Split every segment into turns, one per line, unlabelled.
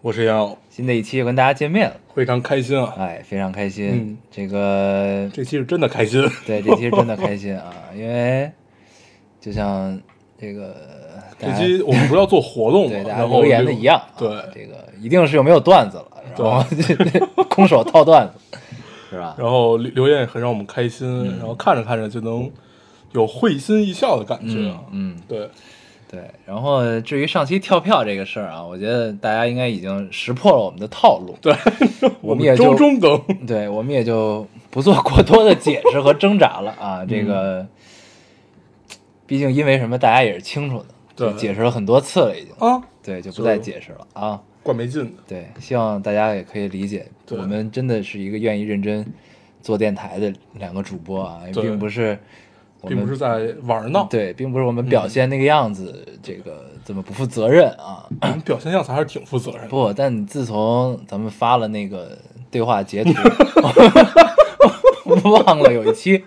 我是要
新的一期又跟大家见面了，
非常开心啊！
哎，非常开心。
嗯
这个
这期是真的开心，
对，这期是真的开心啊，因为就像这个 大
这
家
期我们不是要做活动
对
嘛，
大家
然后
留言
这
的
个
一样、啊，
对，
这个一定是有没有段子了，然后 空手套段子，是吧？
然后留留言也很让我们开心，
嗯
然后看着看着就能有会心一笑的感觉啊
嗯。嗯，
对，
对。然后至于上期跳票这个事儿啊，我觉得大家应该已经识破了我们的套路，
对，
我
我
们也
们
就
周中更，
对，我们也就不做过多的解释和挣扎了啊。
嗯
这个，毕竟因为什么，大家也是清楚的，
对
就解释了很多次了，已经。
啊，
对，就不
就
再解释了啊。
怪没劲的。
对，希望大家也可以理解，我
对
们真的是一个愿意认真做电台的两个主播啊，
对
并不是我们
并不是嗯在玩闹，
对，并不是我们表现那个样子，这个这么不负责任啊。
我们表现样子还是挺负责任的。
不，但自从咱们发了那个对话截 图， 我忘了有一期，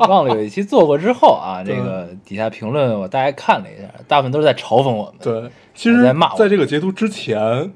忘了有一期做过之后啊，这个底下评论我大概看了一下，大部分都是在嘲讽我们。
对，其
还
实
在骂我
在这个截图之前，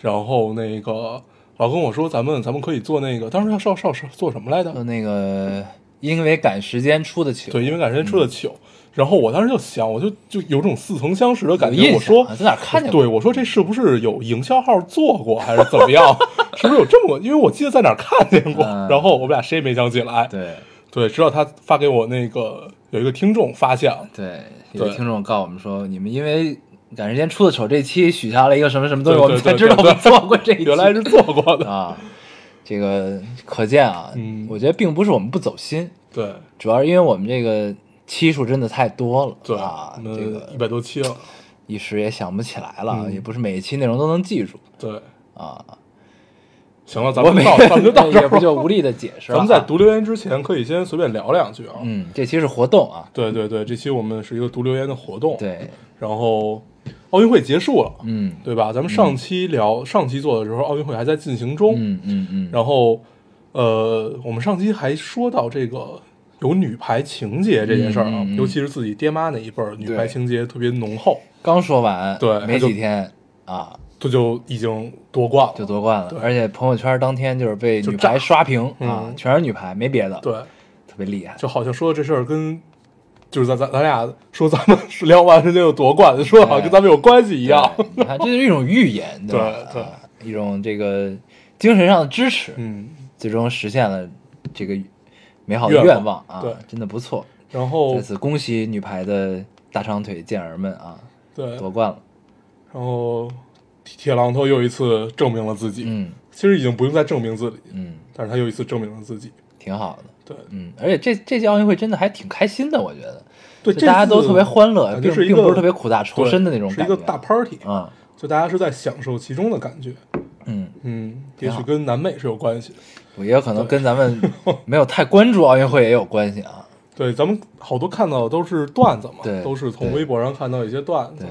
然后那个老跟我说，咱们咱们可以做那个，当时要上上上做什么来着？
就那个因为赶时间出的糗，
对，因为赶时间出
嗯
的糗。然后我当时就想，我就就有种似曾相识的感
有印象
觉。我说
啊，在哪儿看见过
对，我说这是不是有营销号做过，还是怎么样？ 是不是有这么个？因为我记得在哪儿看见过。
嗯
然后我们俩谁也没想起来。
对
对，直到他发给我那个有一个听众发现了，
对，有
对
听众告我们说，你们因为赶时间出的丑这期许下了一个什么什么东西，
对
我们
对
才
对
知道我
对
们做过这一期。
原来是做过的。
啊，这个可见啊，
嗯
我觉得并不是我们不走心，
对
主要是因为我们这个期数真的太多了，
对，
啊
我，
这
们一
个
百多期了。
一时也想不起来了，
嗯
也不是每一期内容都能记 住
对，
啊。
行了，咱
我
们
每
就到，咱们 就到这
也
儿
不
吧。
就无力的解释
咱
了啊。
们在读留言之前，可以先随便聊两句啊。
嗯，这期是活动啊，
对对对，这期我们是一个读留言的活动。。
对，
然后奥运会结束了，
嗯
对吧？咱们上期聊、上期做的时候，奥运会还在进行中。
嗯嗯嗯，
然后，呃，我们上期还说到这个有女排情节这件事儿啊，
嗯嗯嗯
尤其是自己爹妈那一辈儿，女排情节特别浓厚，
刚说完，
对他
没
就
几天啊
这就已经夺冠
就
了。
夺冠了，
对
而且朋友圈当天就是被
就
女排
炸
刷屏啊，
嗯
全是女排，没别的，，
对，
特别厉害。
就好像说这事儿跟。就是咱咱咱俩说咱们是聊完人家又夺冠，说的好像跟咱们有关系一样。
对。你看，这是一种预言，吧？
对
啊一种这个精神上的支持，
嗯，
最终实现了这个美好的
愿望
望啊！
对哦
真的不错。
然后
再次恭喜女排的大长腿健儿们啊，
对，
夺冠了。
然后铁铁榔头又一次证明了自己。
嗯
其实已经不用再证明自己，
嗯，
但是他又一次证明了自己。
挺好的。
对
嗯，而且这这届奥运会真的还挺开心的，我觉得，
对，
就
这
大家都
次
特别欢乐，
感
并
觉是一
并
个
不是特别苦大仇
对
深的那种
是
感
一
觉。
个大 party，
嗯
就大家是在享受其中的感觉。
嗯，
嗯，
挺
也
好
许跟南美是有关系的。
我也有可能跟咱 们没有太关注奥运会也有关系啊。
对，咱们好多看到的都是段子嘛
对，
都是从
对
微博上看到一些段子
对。，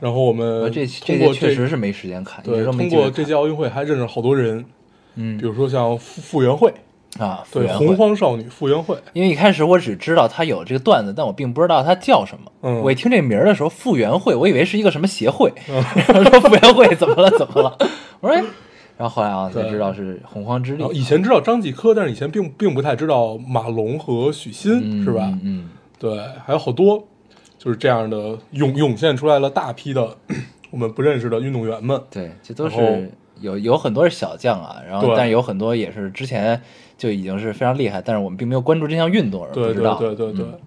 然后我
我
们
这
呃
届
通过
确实是没时间看，一
对，
直都
通
没
过
机
这
会
届奥运会还认识了好多人，
嗯
比如说像傅傅园慧，
看啊，傅
对，
园
洪
慧。
荒少女傅园慧，
因为一开始我只知道他有这个段子，但我并不知道他叫什么。
嗯
我一听这名儿的时候，傅园慧，我以为是一个什么协会，然后 说傅园慧怎么了怎么 了，我说，哎然后后来啊才
对哦
知道是洪荒之力啊
啊然后，以前知道张继科，但是以前并并不太知道马龙和许昕，
嗯
是吧？
嗯嗯，
对，还有好多就是这样的涌涌现出来了大批的我们不认识的运动员们。
对，这都
然
是
后
有有很多是小将啊，然后
对
但有很多也是之前就已经是非常厉害，但是我们并没有关注这项运动而不
对
知
对
道。
对对对，
嗯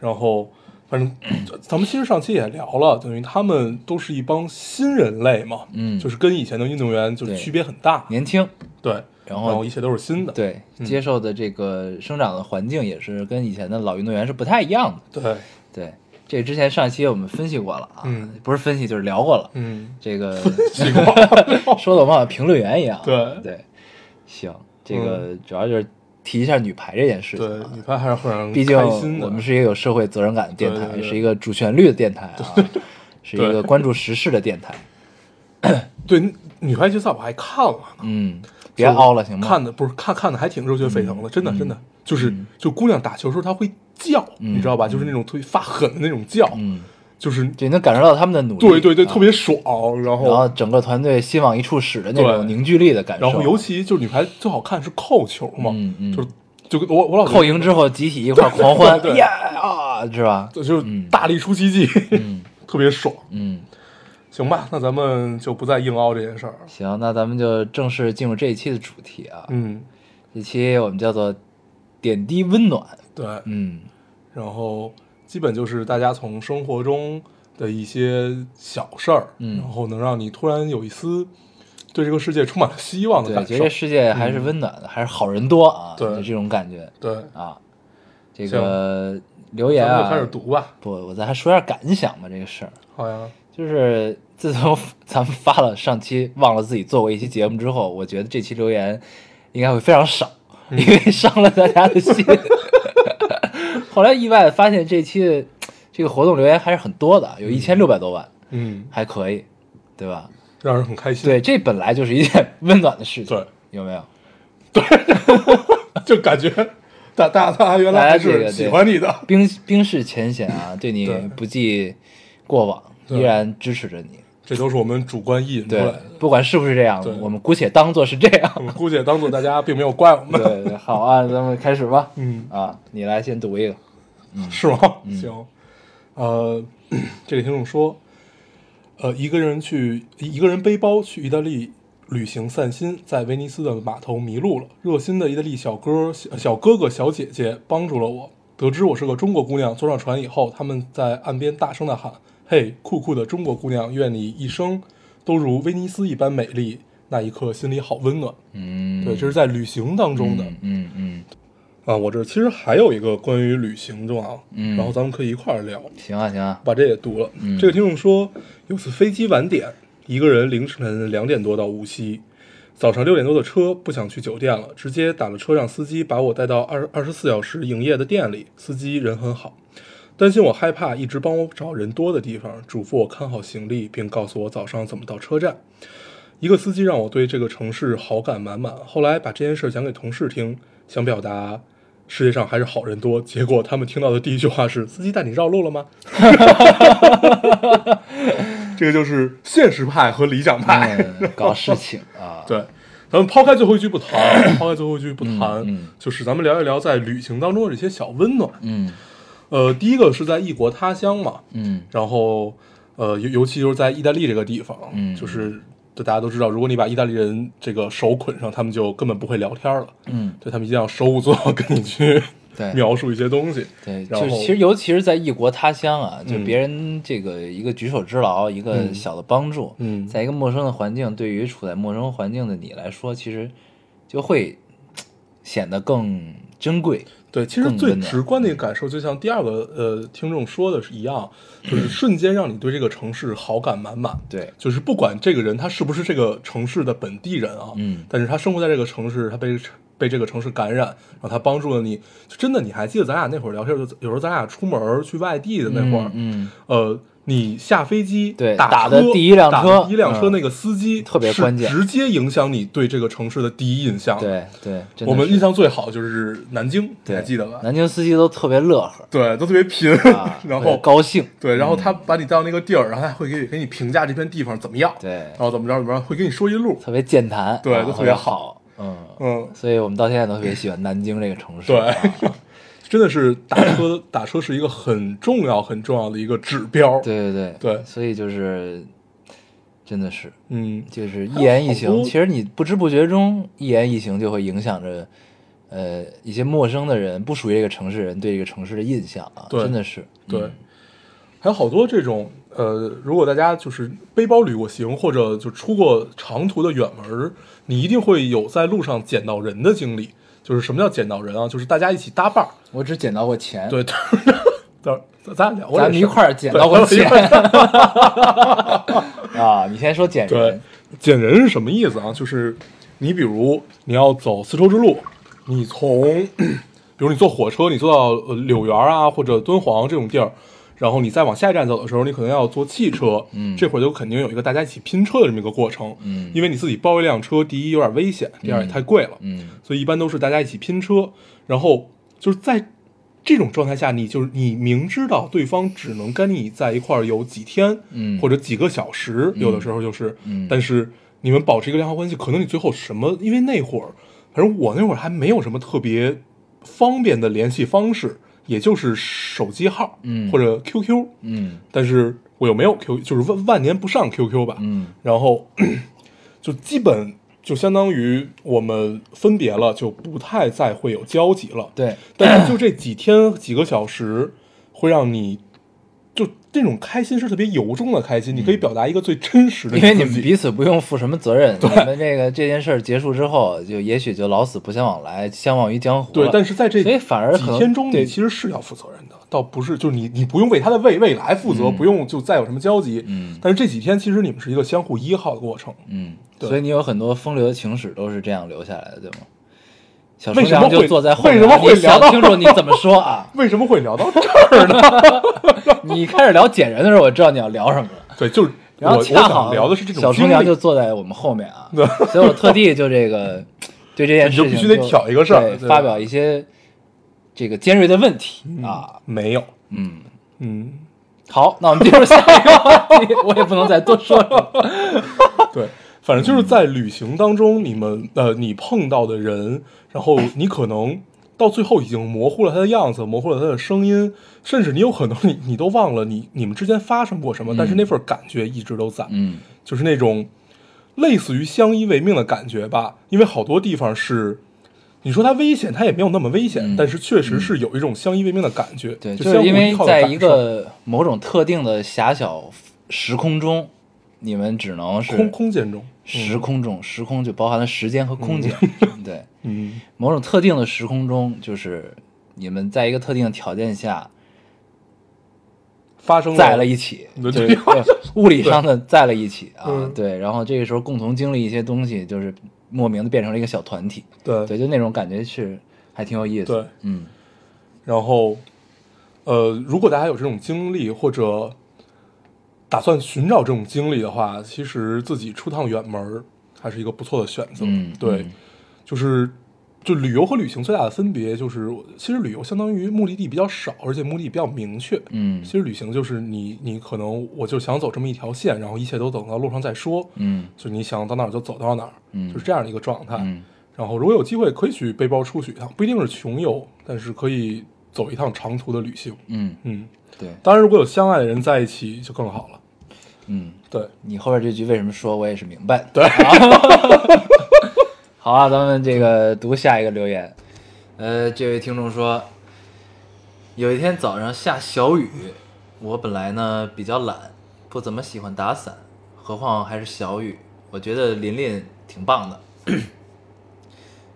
然后反正咱们其实上期也聊了，等于他们都是一帮新人类嘛，
嗯
就是跟以前的运动员就是
对
区别很大。
年轻，
对，
然
然
后
一切都是新的。
对，
嗯
接受的这个生长的环境也是跟以前的老运动员是不太一样的。
对，
对，这之前上期我们分析过了啊，
嗯
不是分析就是聊过了。
嗯，
这 个
习惯
说的我们好像评论员一样。
对嗯
对，行，这个主要就是提一下女排这件事情
对
啊。
女排还是会让人
毕竟
开心的。
我们是一个有社会责任感的电
对对
台，
对
是一个主旋律的电台啊，是一
对
个关注时事的电台。
对女排决赛我还看了呢，
嗯，别凹了行吗？
看的不是看看的还挺热血沸
嗯
腾的，真的真的就是就姑娘打球的时候她会叫，你知道吧？就是那种特别发狠的那种叫，
嗯，
就是
就能感受到他们的努力。
对对对，
啊
特别爽。然
然后
后
整个团队心往一处使的那
对
种凝聚力的感受。
然后尤其就是女排最好看是扣球嘛
嗯，嗯
就是就跟我我老觉得
扣赢之 后，集体一块儿狂 欢，
对对对
呀啊，是吧？
就是大力出奇迹， 特别爽。
嗯，
行吧，那咱们就不再硬凹这件事儿了。
行，那咱们就正式进入这一期的主题啊。
嗯，
这期我们叫做“点滴温暖
对，”。
嗯
然后基本就是大家从生活中的一些小事儿，
嗯
然后能让你突然有一丝对这个世界充满了希望的
对，
感
觉
受。
得这世界还是温暖的，还是好人多啊，
对
就这种感觉
对，
啊。这个留言
咱们
啊，
就开始读吧。
不，我咱还说点感想吧，这个事儿。
好呀，
就是自从 咱们发了上期忘了自己做过一期节目之后，我觉得这期留言应该会非常少，
嗯
因为伤了大家的 心。后来意外的发现，这期的这个活动留言还是很多的，有一千六百多万，
嗯，
还可以，对吧？
让人很开 心。
对，这本来就是一件温暖的事情，
对，
有没有？
就感觉大大大家原来还
大家这
是
个
喜欢你的。
冰冰释前嫌啊，对你
对
不计过往，
对
依然支持着你。
这都是我们主观意淫出来
对
的，，
不管是不是这样
对，
我们姑且当做是这样
我。们姑且当做大家并没有怪我们。
对，对好啊，咱们开始吧。
嗯，
啊，你来先读一个。
是吗？
嗯
行，呃，这个听众说，呃，一个人去一个人背包去意大利旅行散心，在威尼斯的码头迷路了，热心的意大利小哥小小哥哥小姐姐帮助了我。得知我是个中国姑娘，坐上船以后，他们在岸边大声的喊：“嘿，酷酷的中国姑娘，愿你一生都如威尼斯一般美丽。”那一刻心里好温暖。
嗯，
对，这是在旅行当中的。
嗯嗯，
啊，我这其实还有一个关于旅行中啊，
嗯
然后咱们可以一块儿聊，
行啊行啊，
把这也读了。这个听众说，有次飞机晚点，一个人凌晨两点多到无锡，早上六点多的车，不想去酒店了，直接打了车让司机把我带到二二十四小时营业的店里，司机人很好。担心我害怕，一直帮我找人多的地方，嘱咐我看好行李，并告诉我早上怎么到车站。一个司机让我对这个城市好感满满，后来把这件事讲给同事听，想表达世界上还是好人多。结果他们听到的第一句话是：“司机带你绕路了吗？” 这个就是现实派和理想派。
嗯，搞事情啊，
对，咱们抛开最后一句不谈，啊抛开最后一句不谈，
嗯嗯
就是咱们聊一聊在旅行当中的这些小温暖。
嗯
呃，第一个是在异国他乡嘛，
嗯
然后呃，尤尤其就是在意大利这个地方，
嗯
就是就大家都知道，如果你把意大利人这个手捆上，他们就根本不会聊天了，
嗯，
对他们一定要手舞足蹈跟你去
对
描述一些东西，
对，就
然后
是其实尤其是在异国他乡啊，就
嗯
别人这个一个举手之劳，一个
嗯
小的帮助，
嗯
在一个陌生的环境，对于处在陌生环境的你来说，其实就会嘖显得更珍贵。
对，其实
更
最
温暖嗯
直观的一个感受，就像第二个呃听众说的是一样，就是瞬间让你对这个城市好感满满。
嗯对，
就是不管这个人他是不是这个城市的本地人啊，
嗯
但是他生活在这个城市，他被被这个城市感染，然后他帮助了你。就真的，你还记得咱俩那会儿聊天，就有时候咱俩出门儿去外地的那会儿，
嗯，
呃，你下飞机
对
打
打
车
的第一辆
打
车
的第一辆车
嗯
那个司机
特别
是
关键
直接影响你对这个城市的第一印象。
嗯，对对，真的
我们
是
印象最好就是南京，你还
对
记得吧？
南京司机都特别乐呵
对，都特别贫，，
啊
然
特别
后
高兴，
对，嗯然后他把你带到那个地儿，然后他会给你给你评价这片地方怎么样，
对
然后怎么着怎么着，会给你说一 路。
特别健谈，
对
啊
都特
特
别
别
好
好，嗯
嗯，
所以我们到现在都特别喜欢南京这个城市。
对
啊
真的是打车，打车是一个很重要、很重要的一个指标。，
对对
对
所以就是真的是
嗯，
就是一言一
还有好
行，
多
其实你不知不觉中一言一行就会影响着呃一些陌生的人，不属于这个城市人对这个城市的印象啊，
对
真的是
对，还有好多这种呃，如果大家就是背包旅过行，或者就出过长途的远门儿，你一定会有在路上捡到人的经历。就是什么叫捡到人啊？就是大家一起搭伴儿，
我只捡到过钱，
对， 当然咱俩聊过这事儿，
咱们一块儿捡到过
对
钱 啊，你先说捡
对
人，，
捡人是什么意思啊？就是你比如你要走丝绸之路，你从， 比如你坐火车，你坐到呃柳园啊或者敦煌这种地儿，然后你再往下一站走的时候，你可能要坐汽车，嗯，这会儿就肯定有一个大家一起拼车的这么一个过程，嗯，因为你自己包一辆车，第一有点危险，第二也太贵了，
嗯，
所以一般都是大家一起拼车，然后就是在这种状态下，你就是你明知道对方只能跟你在一块儿有几天，
嗯
或者几个小时，有的时候就是，但是你们保持一个良好关系，可能你最后什么，因为那会儿，反正我那会儿还没有什么特别方便的联系方式，也就是手机号，
嗯
或者 QQ，
嗯
但是我又没有 Q，就是万万年不上 QQ 吧，
嗯
然后 就基本就相当于我们分别了，就不太再会有交集了。
对，
但是就这几天几个小时，会让你就这种开心是特别由衷的开心，你可以表达一个最真实的
嗯因为你
自
们
己
彼此不用负什么责任，你们这个这件事儿结束之后，就也许就老死不相往来，相忘于江湖
对
了，
但是在这
所以反而
几
可能
天中，
对
你其实是要负责任的，倒不是就是你你不用为他的未未来负责，不用就再有什么交集。
嗯
但是这几天其实你们是一个相互依靠的过程。
嗯，
对
所以你有很多风流的情史都是这样留下来的，对吗？小
为
厨
什么
娘就
会
坐在后面，
为什么会
你想
聊到
清楚你怎么说 啊？
为什么会聊到这儿？
你开始聊捡人的时候，我知道你要聊什么了。
对，就是
然
我
后
我
恰好
想聊的是这
小
种
厨
经
娘
历
就，坐在我们后面 啊，所以我特地就这个对这件事情
你就必须得挑一个事儿
对
对吧
发表一些这个尖锐的问题啊，
没有，
嗯。
嗯，
好，那我们进入下一个话题，我也不能再多说了。
对，反正就是在旅行当中，你们呃，你碰到的人，然后你可能到最后已经模糊了他的样子，模糊了他的声音，甚至你有可能你你都忘了你你们之间发生过什么，但是那份感觉一直都在，
嗯
就是那种类似于相依为命的感觉吧。因为好多地方是，你说它危险，它也没有那么危险，但是确实是有一种相依为命的感觉。
嗯对，
就是
因为在
感
一
受
个某种特定的狭小时空中，你们只能是
空空间中，
时空中，时空就包含了时间和空间。 对，
嗯，
某种特定的时空中，就是你们在一个特定的条件下
发生
在了一起，
对
就是对物理上的在了一起啊
嗯。
对，然后这个时候共同经历一些东西，就是莫名的变成了一个小团体。
对
对，就那种感觉是还挺有意思的。
对
嗯。
然后，呃，如果大家有这种经历或者打算寻找这种经历的话，其实自己出趟远门儿还是一个不错的选择。
嗯
对，
嗯
就是就旅游和旅行最大的分别就是，其实旅游相当于目的地比较少，而且目的比较明确。
嗯
其实旅行就是你，你可能我就想走这么一条线，然后一切都等到路上再说。
嗯
就你想到哪儿就走到哪儿，
嗯
就是这样的一个状态。
嗯
然后如果有机会，可以去背包出去一趟，不一定是穷游，但是可以走一趟长途的旅行。
嗯，
嗯，
对，
当然，如果有相爱的人在一起就更好了。
嗯，
对，
你后边这句为什么说，我也是明白的。对， 好啊，咱们这个读下一个留言。呃，这位听众说，有一天早上下小雨，我本来呢比较懒，不怎么喜欢打伞，何况还是小雨，我觉得琳琳挺棒的。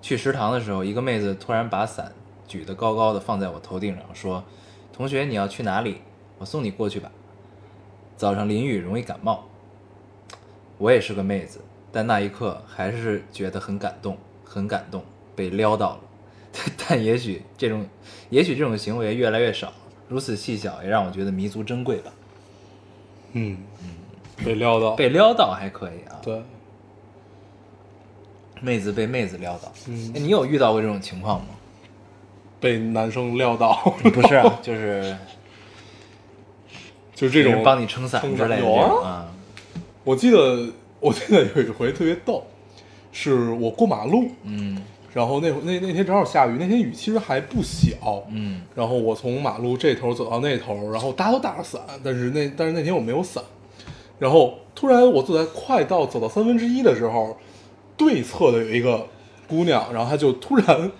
去食堂的时候，一个妹子突然把伞举得高高的放在我头顶上，说：“同学，你要去哪里？我送你过去吧。”早上淋雨容易感冒，我也是个妹子，但那一刻还是觉得很感动，很感动，被撩到了。 但也许这种，也许这种行为越来越少，如此细小也让我觉得弥足珍贵吧。
嗯被撩到，
被撩到还可以啊，
对，
妹子被妹子撩到。
嗯
哎你有遇到过这种情况吗？
被男生撩到，
不是啊，就是
就是这
有
种
人帮你撑伞
撑
之
伞
类的
有
这
啊
种啊。
我记得， 我记得有一回特别逗，是我过马路，
嗯
然后那会那那天正好下雨，那天雨其实还不小，
嗯
然后我从马路这头走到那头，然后大家都打着伞，但是那但是那天我没有伞，然后突然我走在快到走到三分之一的时候，对侧的有一个姑娘，然后她就突然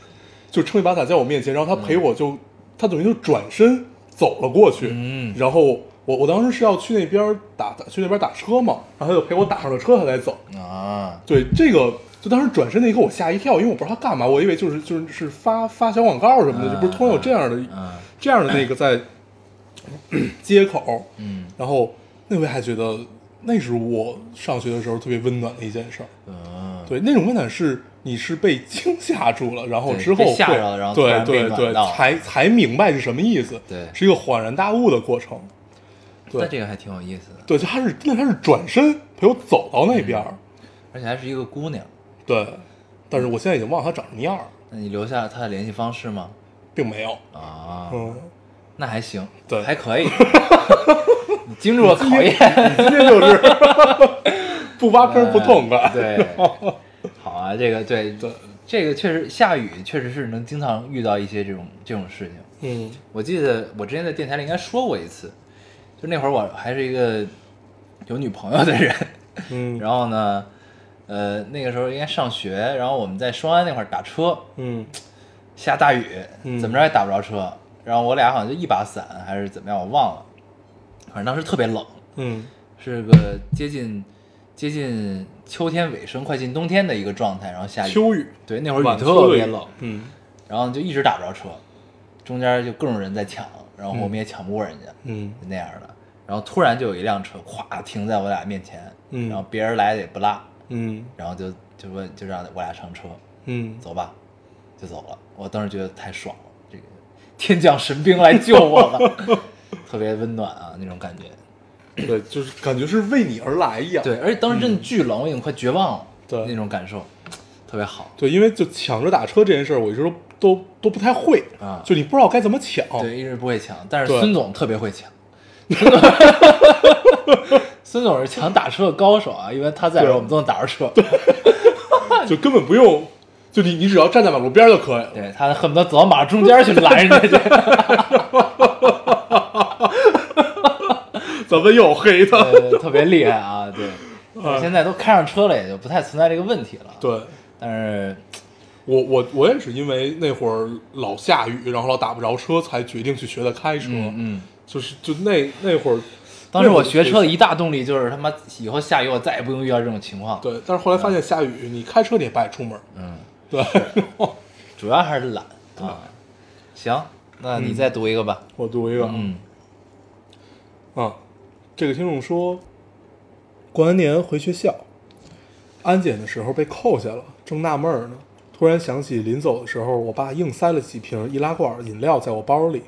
就撑一把伞在我面前，然后她陪我就、她等于就转身走了过去，
嗯
然后我我当时是要去那边打打去那边打车嘛，然后她就陪我打上了车，她才走，
啊，
对这个，就当时转身那一刻我吓一跳，因为我不知道他干嘛，我以为就是就是是发发小广告什么的，就不是突然有这样的、
嗯
这样的那个在 街口，
嗯
然后那回还觉得那是我上学的时候特别温暖的一件事儿。
嗯，
对，那种温暖是你是被惊吓住了，然后
对
之后
被吓
会
着了然后突
对
然被
对
暖
对，
到了
才才明白是什么意思，
对
是一个恍然大悟的过程。对
那这个还挺有意思的，
对，就他是那他是转身陪我走到那边儿，
而且还是一个姑娘。
对，但是我现在已经忘了他长什么样儿了，
那你留下她的联系方式吗？
并没有，
啊，
嗯，
那还行，
对
还 可以，你经住了考验，
今天就是 不挖坑不痛快，
嗯对，好啊，这个对
对，
这个确实下雨确实是能经常遇到一些这种这种事情。
嗯
我记得我之前在电台里应该说过一次，就那会儿我还是一个有女朋友的人，
嗯
然后呢，呃，那个时候应该上学，然后我们在双安那块儿打车，
嗯
下大雨
嗯，
怎么着也打不着车。然后我俩好像就一把伞还是怎么样，我忘了。反正当时特别冷，
嗯
是个接近接近秋天尾声，快进冬天的一个状态，然后下雨。
秋雨，
对，那会儿
晚
雨
秋
特
的
别
雨
冷，
嗯
然后就一直打不着车，中间就各种人在抢，然后我们也抢不过人家，
嗯
就那样的。然后突然就有一辆车咵停在我俩面前，
嗯
然后别人来的也不拉，
嗯
然后就就问就让我俩上车，
嗯，
走吧，就走了。我当时觉得太爽了，这个天降神兵来救我 了，特别温暖啊那种感觉。
对，就是感觉是为你而来一样，
对，而且当时真的巨冷，我已经快绝望了，
嗯对
那种感受特别好。
对，因为就抢着打车这件事儿，我一直都都都不太会
啊
就你不知道该怎么抢，
对，一直不会抢，但是
哦对
孙总特别会 抢。孙总孙总是抢打车的高手啊，一般他在这儿
对
我们都能打着车。
就根本不用，就你你只要站在马路边儿就可以了。
对他恨不得走到马中间去拦人家 去。
咱们又黑他，
呃，特别厉害啊！对，但是现在都开上车了，也就不太存在这个问题了。，
嗯对
但是
我我我也是因为那会儿老下雨，然后老打不着车，才决定去学的开车。
嗯嗯，
就是就那那会儿，
当时我学车的一大动力就是他妈以后下雨我再也不用遇到这种情况。，
对，但是后来发现下雨，你开车你也不爱出门。
嗯，
对，
主要还是懒啊。行，那你
嗯
再读一个吧。
我读一个，
嗯
啊，这个听众说，过完年回学校，安检的时候被扣下了，正纳闷儿呢，突然想起临走的时候，我爸硬塞了几瓶易拉罐饮料在我包里，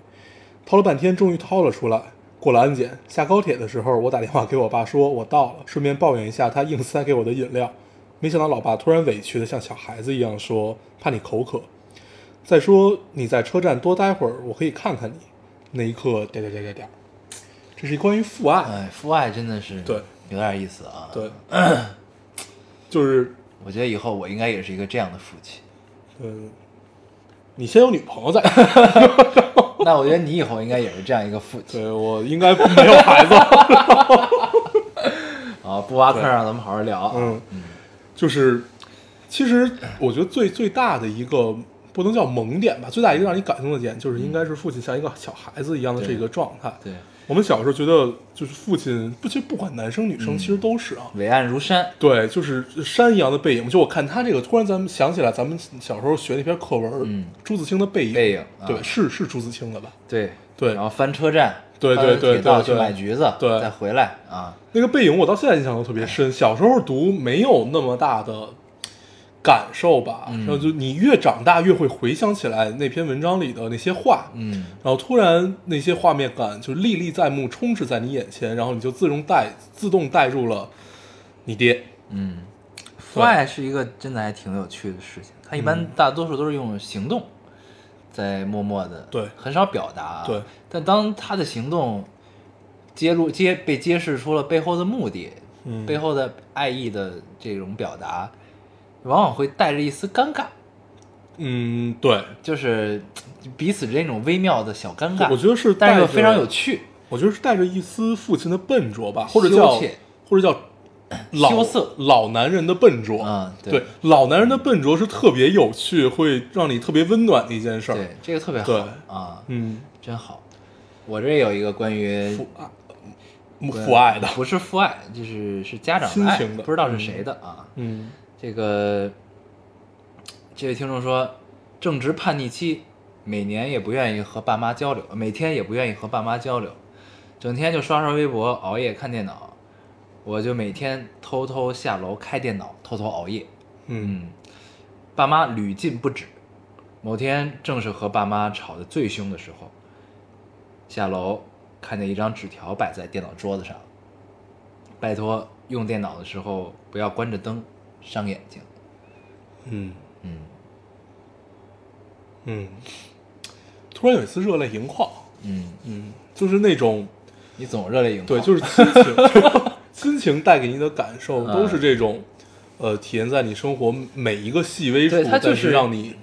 掏了半天，终于掏了出来。过了安检，下高铁的时候，我打电话给我爸说，我到了，顺便抱怨一下他硬塞给我的饮料。没想到老爸突然委屈的像小孩子一样说：“怕你口渴。”再说你在车站多待会儿，我可以看看你。那一刻，点点点点点，这是关于啊父爱。
哎，父爱真的是
对
有点意思啊。，
对， 就是
我觉得以后我应该也是一个这样的父亲。
嗯，你先有女朋友再，
那我觉得你以后应该也是这样一个父亲
对我应该没有孩子。
啊！不挖坑，让咱们好好聊。啊
嗯，就是其实我觉得最最大的一个不能叫萌点吧，最大一个让你感动的点，就是应该是父亲像一个小孩子一样的
对
这个状态。
对，
我们小时候觉得就是父亲不，其实不管男生女生，其
嗯
实都是啊。
伟岸如山。
对，就是山一样的背影。就我看他这个，突然咱们想起来，咱们小时候学那篇课文，
嗯
朱自清的背影，
背影啊
对，是是朱自清的吧？
对
对
然后翻车站，
对
翻
对对
铁道
对
去
对
买橘子，
对
再回来啊。
那个背影，我到现在印象都特别
哎
深。小时候读没有那么大的感受吧，
嗯
然后就你越长大越会回想起来那篇文章里的那些话，
嗯，
然后突然那些画面感就历历在目，充斥在你眼前，然后你就自动带自动带入了你爹。
嗯，父爱是一个真的还挺有趣的事情，他一
嗯
般大多数都是用行动在默默的，
对
很少表达、啊，
对。
但当他的行动揭露揭被揭示出了背后的目的，
嗯
背后的爱意的这种表达，往往会带着一丝尴尬，
嗯，对，
就是嘖彼此之间一种微妙的小尴尬，
我觉得是
但是
带
又
着
非常有趣，
我觉得是带着一丝父亲的笨拙吧，或者叫
羞怯
或者叫老
羞涩
老男人的笨拙。
嗯对
对老男人的笨拙是特别有趣，会让你特别温暖的一件事儿。
对，这个特别好
对
啊，
嗯，
真好。我这有一个关于
父爱，嗯父爱的，
不是父爱，就是是家长
亲
爱，
情的
不知道是谁的啊。
嗯
这个这位听众说，正值叛逆期，每年也不愿意和爸妈交流，每天也不愿意和爸妈交流，整天就刷刷微博，熬夜看电脑。我就每天偷偷下楼开电脑，偷偷熬夜。
嗯
嗯，爸妈屡禁不止。某天正是和爸妈吵得最凶的时候，下楼看见一张纸条摆在电脑桌子上，拜托用电脑的时候不要关着灯，伤眼睛。
嗯
嗯，
嗯，突然有一次热泪盈眶，
嗯，
嗯，就是那种
你总热泪盈眶。
对，就是亲情， 亲情带给你的感受
嗯
都是这种，呃，体验在你生活每一个细微处
对，它就
但
是
是让你，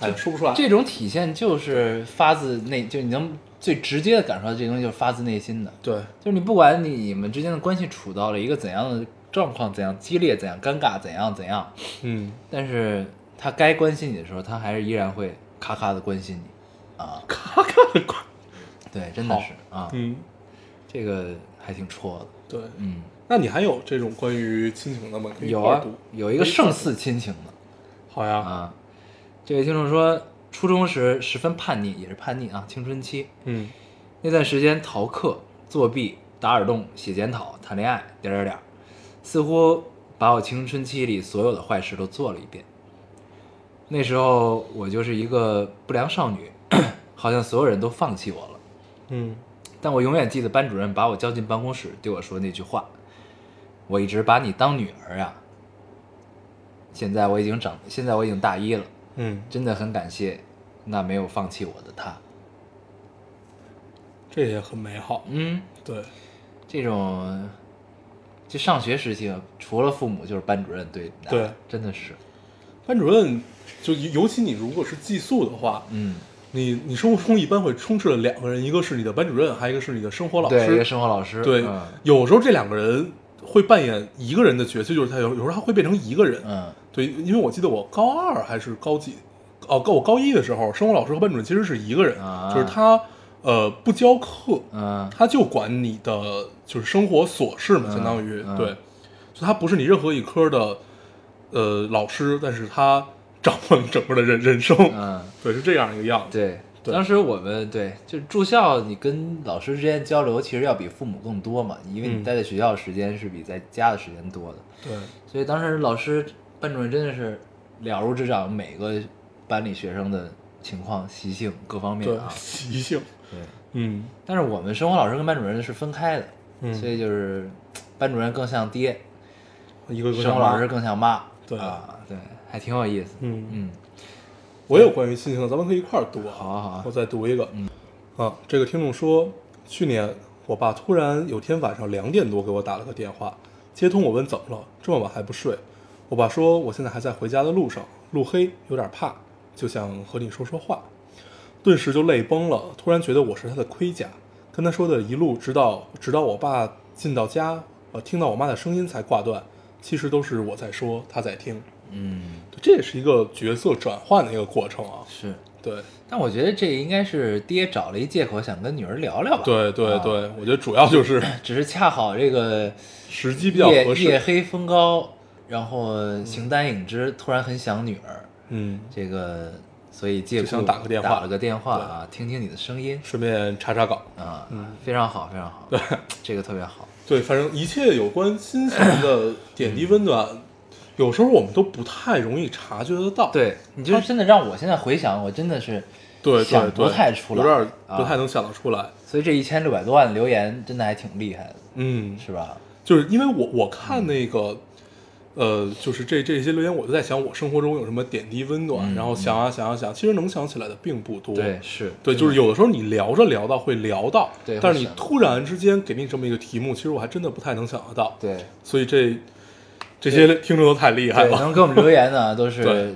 哎，说不出来，
这种体现就是发自内，就你能最直接的感受到这东西就是发自内心的。
对，
就是你不管你你们之间的关系处到了一个怎样的状况，怎样激烈，怎样尴尬，怎样怎样，
嗯，
但是他该关心你的时候，他还是依然会咔咔的关心你啊，
咔咔的快，
对，真的是啊，
嗯，
这个还挺戳的，
对，
嗯，
那你还有这种关于亲情的吗？可以一
有
块儿
啊
读，
有一个胜似亲情的，
好呀，
啊，这位听众说，初中时十分叛逆，也是叛逆啊，青春期
嗯
那段时间逃课、作弊、打耳洞、写检讨、谈恋爱，点儿点儿点儿，似乎把我青春期里所有的坏事都做了一遍。那时候我就是一个不良少女， 好像所有人都放弃我了。
嗯
但我永远记得班主任把我叫进办公室对我说那句话：“我一直把你当女儿呀、现在我已经长，现在我已经大一了，
嗯，
真的很感谢那没有放弃我的他。
这也很美好，
嗯，
对，
这种就上学时期啊，除了父母就是班主任对你的
对，
真的是，
班主任就尤其你如果是寄宿的话，
嗯，
你你生活中一般会充斥了两个人，一个是你的班主任，还有一个是你的生活老师。
对，一个生活老师，
对
嗯
有时候这两个人会扮演一个人的角色，就是他有有时候他会变成一个人。
嗯
对，因为我记得我高二还是高几，哦，高我高一的时候，生活老师和班主任其实是一个人，
啊
就是他呃不教课，
嗯
他就管你的就是生活琐事嘛，
嗯
相当于、
嗯
对，所以他不是你任何一科的呃老师，但是他掌握了你整个的人人生，
嗯，
对，是这样一个样子。
对。
对
当时我们对就是住校，你跟老师之间交流其实要比父母更多嘛，因为你
嗯
待在学校的时间是比在家的时间多的，
对，
所以当时老师、班主任真的是了如指掌每个班里学生的情况、习性各方面
对
啊，。
习性，
对，
嗯
但是我们生活老师跟班主任是分开的，
嗯
所以就是嘖班主任更像爹，
一个个
生
上
活
班
老师更像妈。
对
啊，对，还挺有意思。
嗯，
嗯
我也有关于亲情的，咱们可以一块儿读啊。
好啊好啊
我再读一个。嗯，啊，这个听众说，去年我爸突然有天晚上两点多给我打了个电话，接通我问怎么了，这么晚还不睡？我爸说我现在还在回家的路上，路黑，有点怕，就想和你说说话。顿时就泪崩了，突然觉得我是他的盔甲。跟他说的一路，直到直到我爸进到家，呃，听到我妈的声音才挂断。其实都是我在说，他在听。
嗯，
这也是一个角色转换的一个过程啊。
是。
对，
但我觉得这应该是爹找了一借口想跟女儿聊聊吧。，啊
对，对，对，我觉得主要就是
只是恰好这个
时机比较
夜夜
合适。
黑风高，然后形单影只，突然很想女儿，
嗯，
这个所以借故
就想打个电话
打了个电话啊，听听你的声音
顺便查查岗。
啊，
嗯
非常好，非常好。对，这个特别好。
对，反正一切有关亲情 的点滴温暖，有时候我们都不太容易察觉得到。
对，你就是真的让我现在回想，我真的是
对，
想
对，
不
对
太出来，
有点不太
啊。
能想得出来。
所以这一千六百多万的留言真的还挺厉害的，
嗯，
是吧？
就是因为我我看那个，呃，就是这这些留言，我就在想我生活中有什么点滴温暖，
嗯
然后想啊想啊想，其实能想起来的并不多。
对，是，
对，就是有的时候你聊着聊到会聊到，
对
但是你
会想到
突然之间给你这么一个题目，其实我还真的不太能想得到。，
对
所以这这些听众都太厉害
对，
了，
能给我们留言的都是
对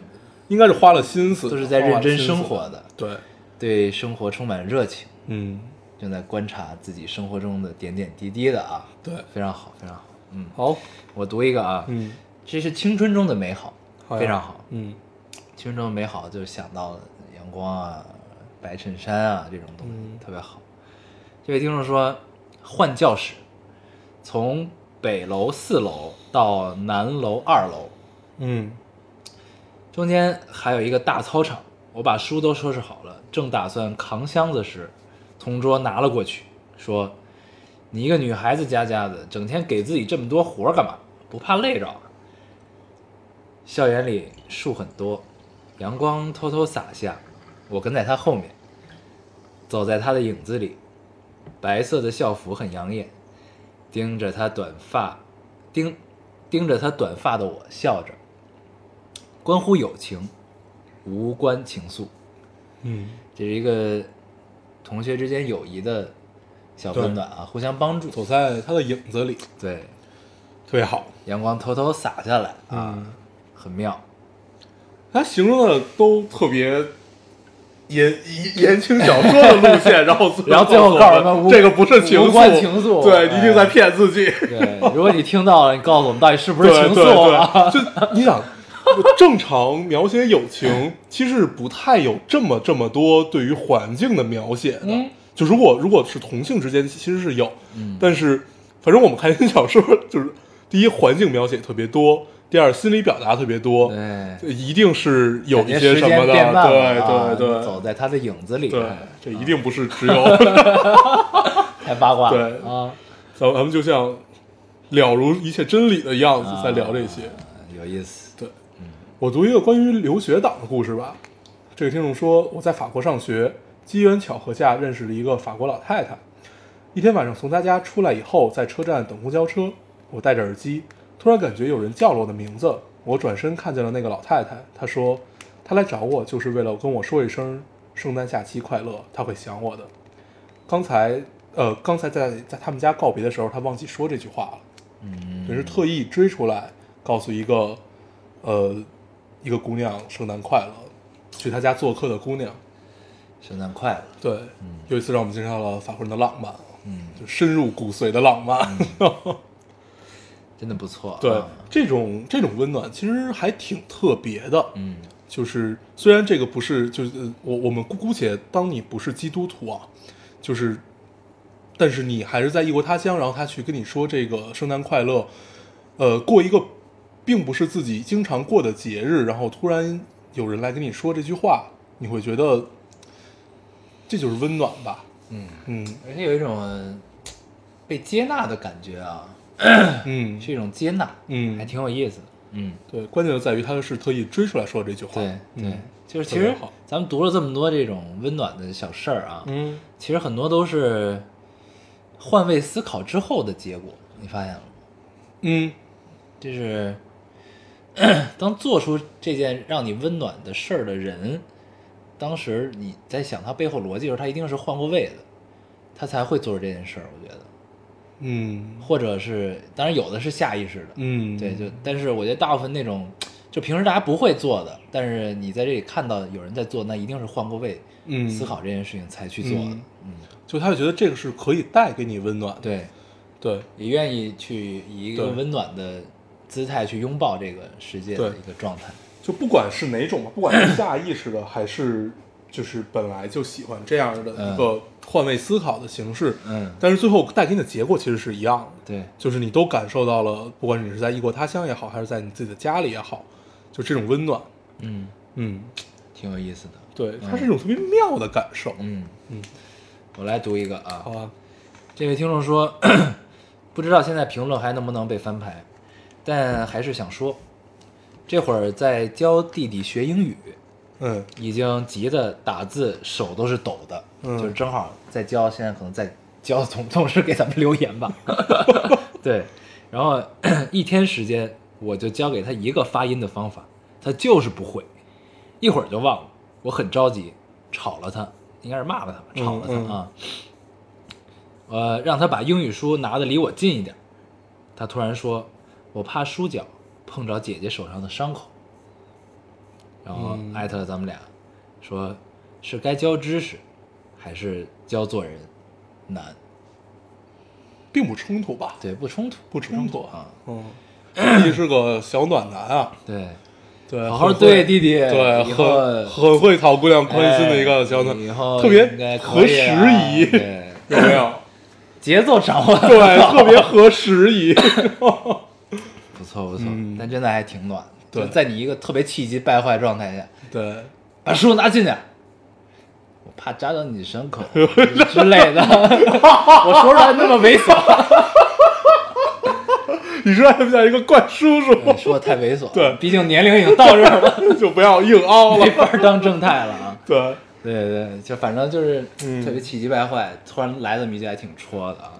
应该是花了心思，
都是在
花了
认真
心思
生活。的，
对，
对生活充满热情，
嗯，
正在观察自己生活中的点点滴滴的啊，
对，
非常好，非常好。嗯，
好，
我读一个啊，
嗯，
这是青春中的美好，
好呀
非常好。
嗯
青春中的美好，就是想到了阳光啊、白衬衫啊这种东西，
嗯
特别好。这位听众说，换教室，从北楼四楼到南楼二楼，
嗯
中间还有一个大操场。我把书都收拾好了，正打算扛箱子时，同桌拿了过去，说：“你一个女孩子家家的，整天给自己这么多活儿干嘛？不怕累着啊？”校园里树很多，阳光偷偷洒下，我跟在他后面，走在他的影子里，白色的校服很养眼，盯着他短发，盯盯着他短发的我笑着，关乎友情，无关情愫，
嗯，
这是一个同学之间友谊的小
对
温暖啊，互相帮助，
走在他的影子里，
对，
特别好
阳光偷偷洒下来啊，
嗯
很妙，
他形容的都特别言言言情小说的路 线，然后
然后最后
走
告诉
的
他无
这个不是情
无关情愫
对，
哎
一定在骗自己，
对， 如果你听到了，你告诉我们到底是不
对
是情愫啊？
对 对，就你想。正常描写友 情，其实不太有这么这么多对于环境的描写的。
嗯
就如果如果是同性之间，其实是有，
嗯
但是反正我们看言情小说，就是第一环境描写特别多，第二心理表达特别 多，
对，
这一定是有
感
一
觉
些
时
什
间
么的，
变慢了啊
对对
走
对
在他的影子里，
对
哎，
这一定不是 只有，
太八卦了
对
啊，
咱们就像了如一切真理的样子
啊
在聊这些。
有意思，
对，我读一个关于留学党的故事吧。这个听众说，我在法国上学，机缘巧合下认识了一个法国老太太。一天晚上从她家出来以后，在车站等公交车，我戴着耳机，突然感觉有人叫了我的名字。我转身看见了那个老太太，她说，她来找我就是为了跟我说一声圣诞假期快乐，她会想我的。刚才，呃，刚才在在他们家告别的时候，她忘记说这句话了。
嗯，
等于是特意追出来，告诉一个，呃，一个姑娘圣诞快乐，去她家做客的姑娘。
圣诞快乐，
对，又一次让我们见识到了法国人的浪漫，
嗯，
就深入骨髓的浪漫。
真的不错，
对
啊，
这种这种温暖其实还挺特别的。
嗯，
就是虽然这个不是，就是呃我我们姑姑且当你不是基督徒啊，就是，但是你还是在异国他乡，然后他去跟你说这个圣诞快乐，呃，过一个并不是自己经常过的节日，然后突然有人来跟你说这句话，你会觉得这就是温暖吧？
嗯
嗯
而且有一种呃被接纳的感觉啊，
嗯，
是一种接纳，
嗯
还挺有意思的，嗯，
对，关键就在于他是特意追出来说这句话。
对对
嗯，
就是其
特别
实
好
咱们读了这么多这种温暖的小事儿啊，
嗯，
其实很多都是换位思考之后的结果，你发现了吗？
嗯，
就是 当做出这件让你温暖的事儿的人，当时你在想他背后逻辑的时候，他一定是换过位的，他才会做出这件事儿。我觉得，
嗯，
或者是当然有的是下意识的，
嗯，
对，就但是我觉得大部分那种就平时大家不会做的，但是你在这里看到有人在做，那一定是换过位、
嗯
思考这件事情才去做的。
嗯
嗯，
就他会觉得这个是可以带给你温暖的。
对，
对，
也愿意去以一个
对
温暖的姿态去拥抱这个世界的
对
一个状态。
就不管是哪种吧，不管是下意识的还是 就是本来就喜欢这样的一个换位思考的形式，
嗯，
但是最后带给你的结果其实是一样的，
对。
就是你都感受到了，不管你是在异国他乡也好，还是在你自己的家里也好，就这种温暖，
嗯，
嗯，
挺有意思的。
对，它是一种特别妙的感受，
嗯
嗯，
我来读一个
好
啊，
吧，
这位听众说， 不知道现在评论还能不能被翻牌，但还是想说，这会儿在教弟弟学英语，
嗯
已经急得打字手都是抖的，
嗯
就是正好在教，现在可能在教总总是给咱们留言吧， 对，然后一天时间我就教给他一个发音的方法，他就是不会，一会儿就忘了，我很着急，吵了他，应该是骂了他吧，吵了他
嗯嗯
啊，呃，让他把英语书拿的离我近一点，他突然说，我怕书角碰着姐姐手上的伤口。然后
嗯
艾特了咱们俩，说是该教知识，还是教做人难？
并不冲突吧，
对，不冲突，
不冲突
啊，
嗯，弟弟是个小暖男啊，
对，
对，
好好
很会
对弟弟，
呃对，
以后
很很会讨姑娘欢心的一个小暖，
哎以后
特别
应该可
合时
以啊
宜，
对
有没有？
节奏掌握得
对，
好
特别合时 宜。
不错不错
嗯，
但真的还挺暖的，
对
就在你一个特别气急败坏状态下，
对，
把书拿进去，我怕扎到你伤 口 之类的，我说出来那么猥琐，
你说像不像一个怪叔叔？
你说的太猥琐了，
对
毕竟年龄已经到这儿了，
就不要硬凹
没
了。
法当正太了啊。
对，
对对，就反正就是
嗯
特别气急败坏，突然来这么一句还挺戳的啊，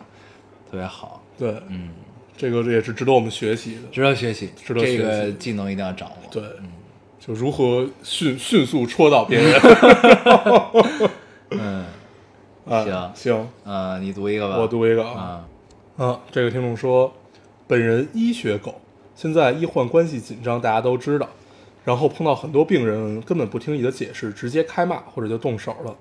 特别好，
对，嗯，这个也是值得我们学习的。
值得学习，
值得学习
这个技能一定要掌握。
对，就如何迅迅速戳到别人。
嗯，
啊
行
行，
呃，你读一个吧，
我读一个啊
啊，
啊，这个听众说，本人医学狗，现在医患关系紧张，大家都知道。然后碰到很多病人根本不听你的解释，直接开骂或者就动手了。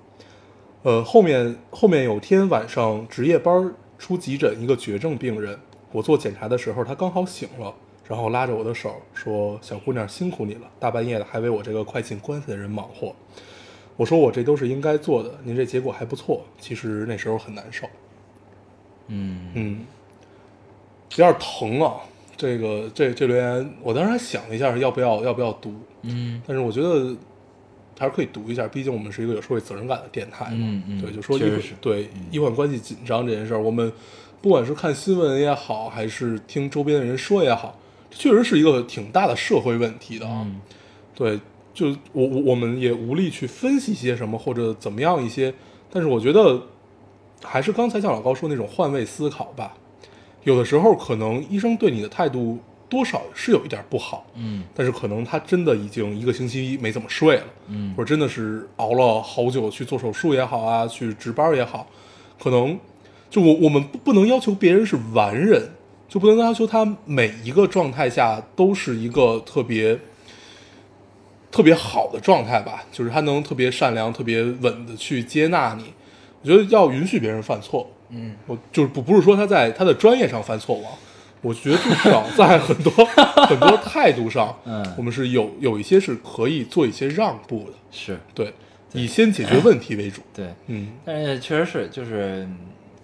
呃，后面后面有天晚上值夜班出急诊一个绝症病人，我做检查的时候他刚好醒了，然后拉着我的手说：“小姑娘辛苦你了，大半夜的还为我这个快进棺材的人忙活。”我说：“我这都是应该做的，您这结果还不错。”其实那时候很难受。
嗯，
嗯，有点疼啊。这个这这留言，我当时还想了一下，要不要要不要读？
嗯，
但是我觉得还是可以读一下，毕竟我们是一个有社会责任感的电台嘛。
嗯嗯
对，就说医
确实嗯
患
是
对医患关系紧张这件事儿，我们不管是看新闻也好，还是听周边的人说也好，这确实是一个挺大的社会问题的啊。
嗯
对，就我我我们也无力去分析些什么或者怎么样一些，但是我觉得还是刚才像老高说那种换位思考吧。有的时候可能医生对你的态度多少是有一点不好，
嗯
但是可能他真的已经一个星期没怎么睡了，
嗯
或者真的是熬了好久去做手术也好啊，去值班也好，可能就我我们不不能要求别人是完人，就不能要求他每一个状态下都是一个特别特别好的状态吧，就是他能特别善良、特别稳的去接纳你。我觉得要允许别人犯错，
嗯，
我就是不不是说他在他的专业上犯错误啊，我觉得至少在很多 很多态度上，
嗯
我们是有有一些是可以做一些让步的，
是
对，以先解决问题为主，
对，
嗯
但是确实是，就是嗯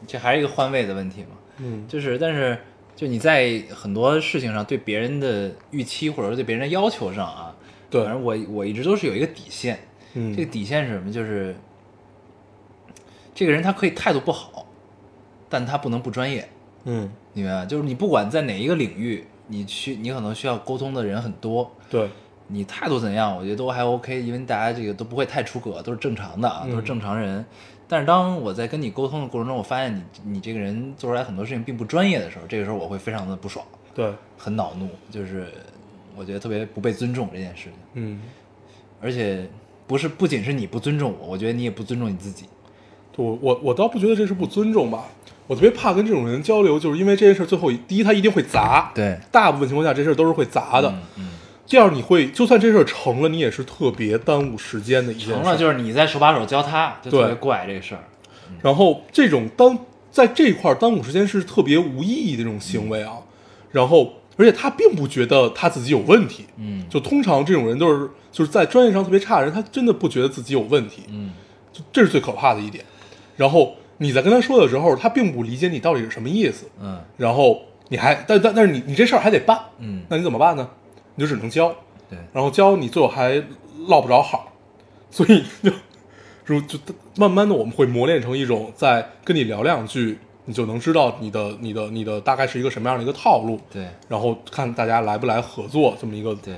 这还是一个换位的问题嘛，
嗯
就是但是就你在很多事情上对别人的预期或者说对别人的要求上啊，
对
反正我我一直都是有一个底线，
嗯，
这个底线是什么？就是这个人他可以态度不好，但他不能不专业，
嗯
你明白吗？就是你不管在哪一个领域，你去你可能需要沟通的人很多，
对，
你态度怎样，我觉得都还 OK，因为大家这个都不会太出格，都是正常的啊，
嗯
都是正常人。但是当我在跟你沟通的过程中，我发现你你这个人做出来很多事情并不专业的时候，这个时候我会非常的不爽，
对，
很恼怒，就是我觉得特别不被尊重这件事情。
嗯，
而且不是不仅是你不尊重我，我觉得你也不尊重你自己。
我我我倒不觉得这是不尊重吧，我特别怕跟这种人交流，就是因为这件事最后第一他一定会砸，
对，
大部分情况下这事儿都是会砸的，
嗯，
第二你会就算这事儿成了，你也是特别耽误时间的一件事，
成了就是你在手把手教他，就特别
对
怪这个事儿。
然后这种耽在这块儿耽误时间是特别无意义的这种行为啊。然后，而且他并不觉得他自己有问题。
嗯
就通常这种人都是就是在专业上特别差的人，他真的不觉得自己有问题，
嗯，
就这是最可怕的一点。然后你在跟他说的时候，他并不理解你到底是什么意思。
嗯
然后你还但但但是你你这事儿还得办，
嗯，
那你怎么办呢？你就只能教。
对，
然后教你最后还落不着好，所以就如就慢慢的我们会磨练成一种在跟你聊两句，你就能知道你的你的你的大概是一个什么样的一个套路，
对
然后看大家来不来合作这么一个
对，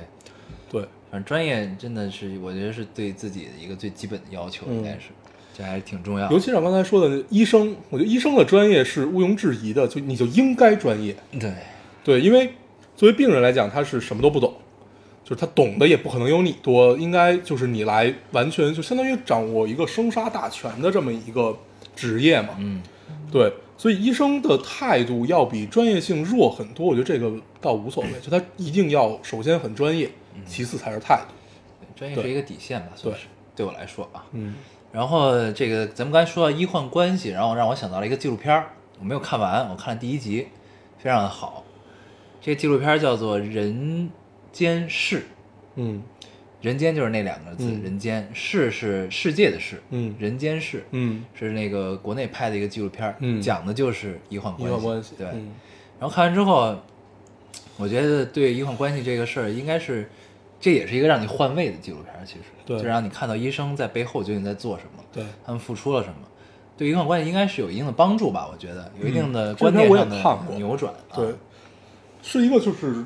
对
反正专业真的是我觉得是对自己的一个最基本的要求，
嗯
应该是，这还是挺重要
尤
的。
其像刚才说的医生，我觉得医生的专业是毋庸置疑的，就你就应该专业，
对，
对，因为作为病人来讲，他是什么都不懂，就是他懂的也不可能有你多，应该就是你来完全就相当于掌握一个生杀大权的这么一个职业嘛。
嗯，
对，所以医生的态度要比专业性弱很多，我觉得这个倒无所谓，就他一定要首先很专业，
嗯
其次才是态度。
专业是
对
一个底线吧，算是对我来说啊。
嗯
然后这个咱们刚才说到医患关系，然后让我想到了一个纪录片儿，我没有看完，我看了第一集，非常的好。这个纪录片儿叫做《人间世》，
嗯
人间就是那两个字，
嗯
人间世是世界的世，
嗯
人间世
嗯，
是那个国内拍的一个纪录片儿，
嗯
讲的就是医患
医
关系，
患关系
对。
嗯
然后看完之后，我觉得对医患关系这个事儿，应该是这也是一个让你换位的纪录片儿，其实
对
就让你看到医生在背后究竟在做什么，
对，
他们付出了什么，对医患关系应该是有一定的帮助吧？我觉得有一定的
嗯
观念
这篇我也
上的
看过
扭转、啊
对，是一个就是，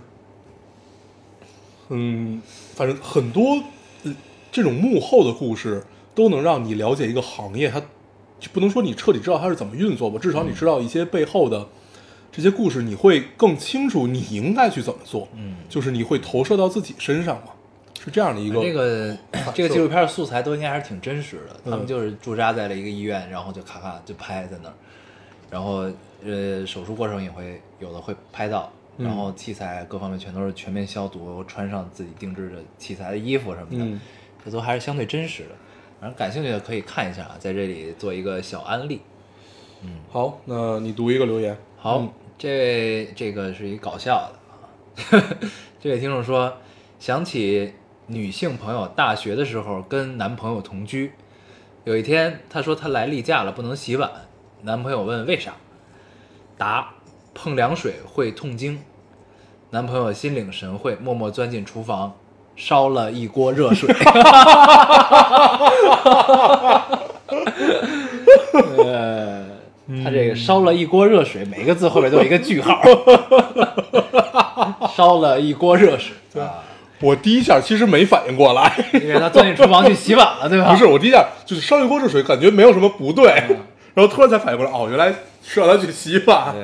嗯，反正很多呃这种幕后的故事都能让你了解一个行业，它就不能说你彻底知道它是怎么运作吧，至少你知道一些背后的这些故事，你会更清楚你应该去怎么做，
嗯，
就是你会投射到自己身上嘛，是这样的一个
哎这个这个纪录片的素材都应该还是挺真实的，他
嗯
们就是驻扎在了一个医院，然后就咔咔就拍在那儿，然后呃手术过程也会有的会拍到，
嗯
然后器材各方面全都是全面消毒，穿上自己定制的器材的衣服什么的，
嗯
这都还是相对真实的。反正感兴趣的可以看一下啊，在这里做一个小安利。
好，那你读一个留言，
好，
嗯
这位这个是一搞笑的啊， 这位听众说，想起女性朋友大学的时候跟男朋友同居，有一天她说她来例假了，不能洗碗，男朋友问为啥，答碰凉水会痛经，男朋友心领神会，默默钻进厨房烧了一锅热水。呃，他这个烧了一锅热水，每个字后面都有一个句 号，烧了一锅热水啊，
我第一下其实没反应过来，
因为他钻进厨房去洗碗了，对吧？
不是，我第一下就是烧一锅热水，感觉没有什么不对，
啊
然后突然才反应过来，哦，原来是让他去洗碗，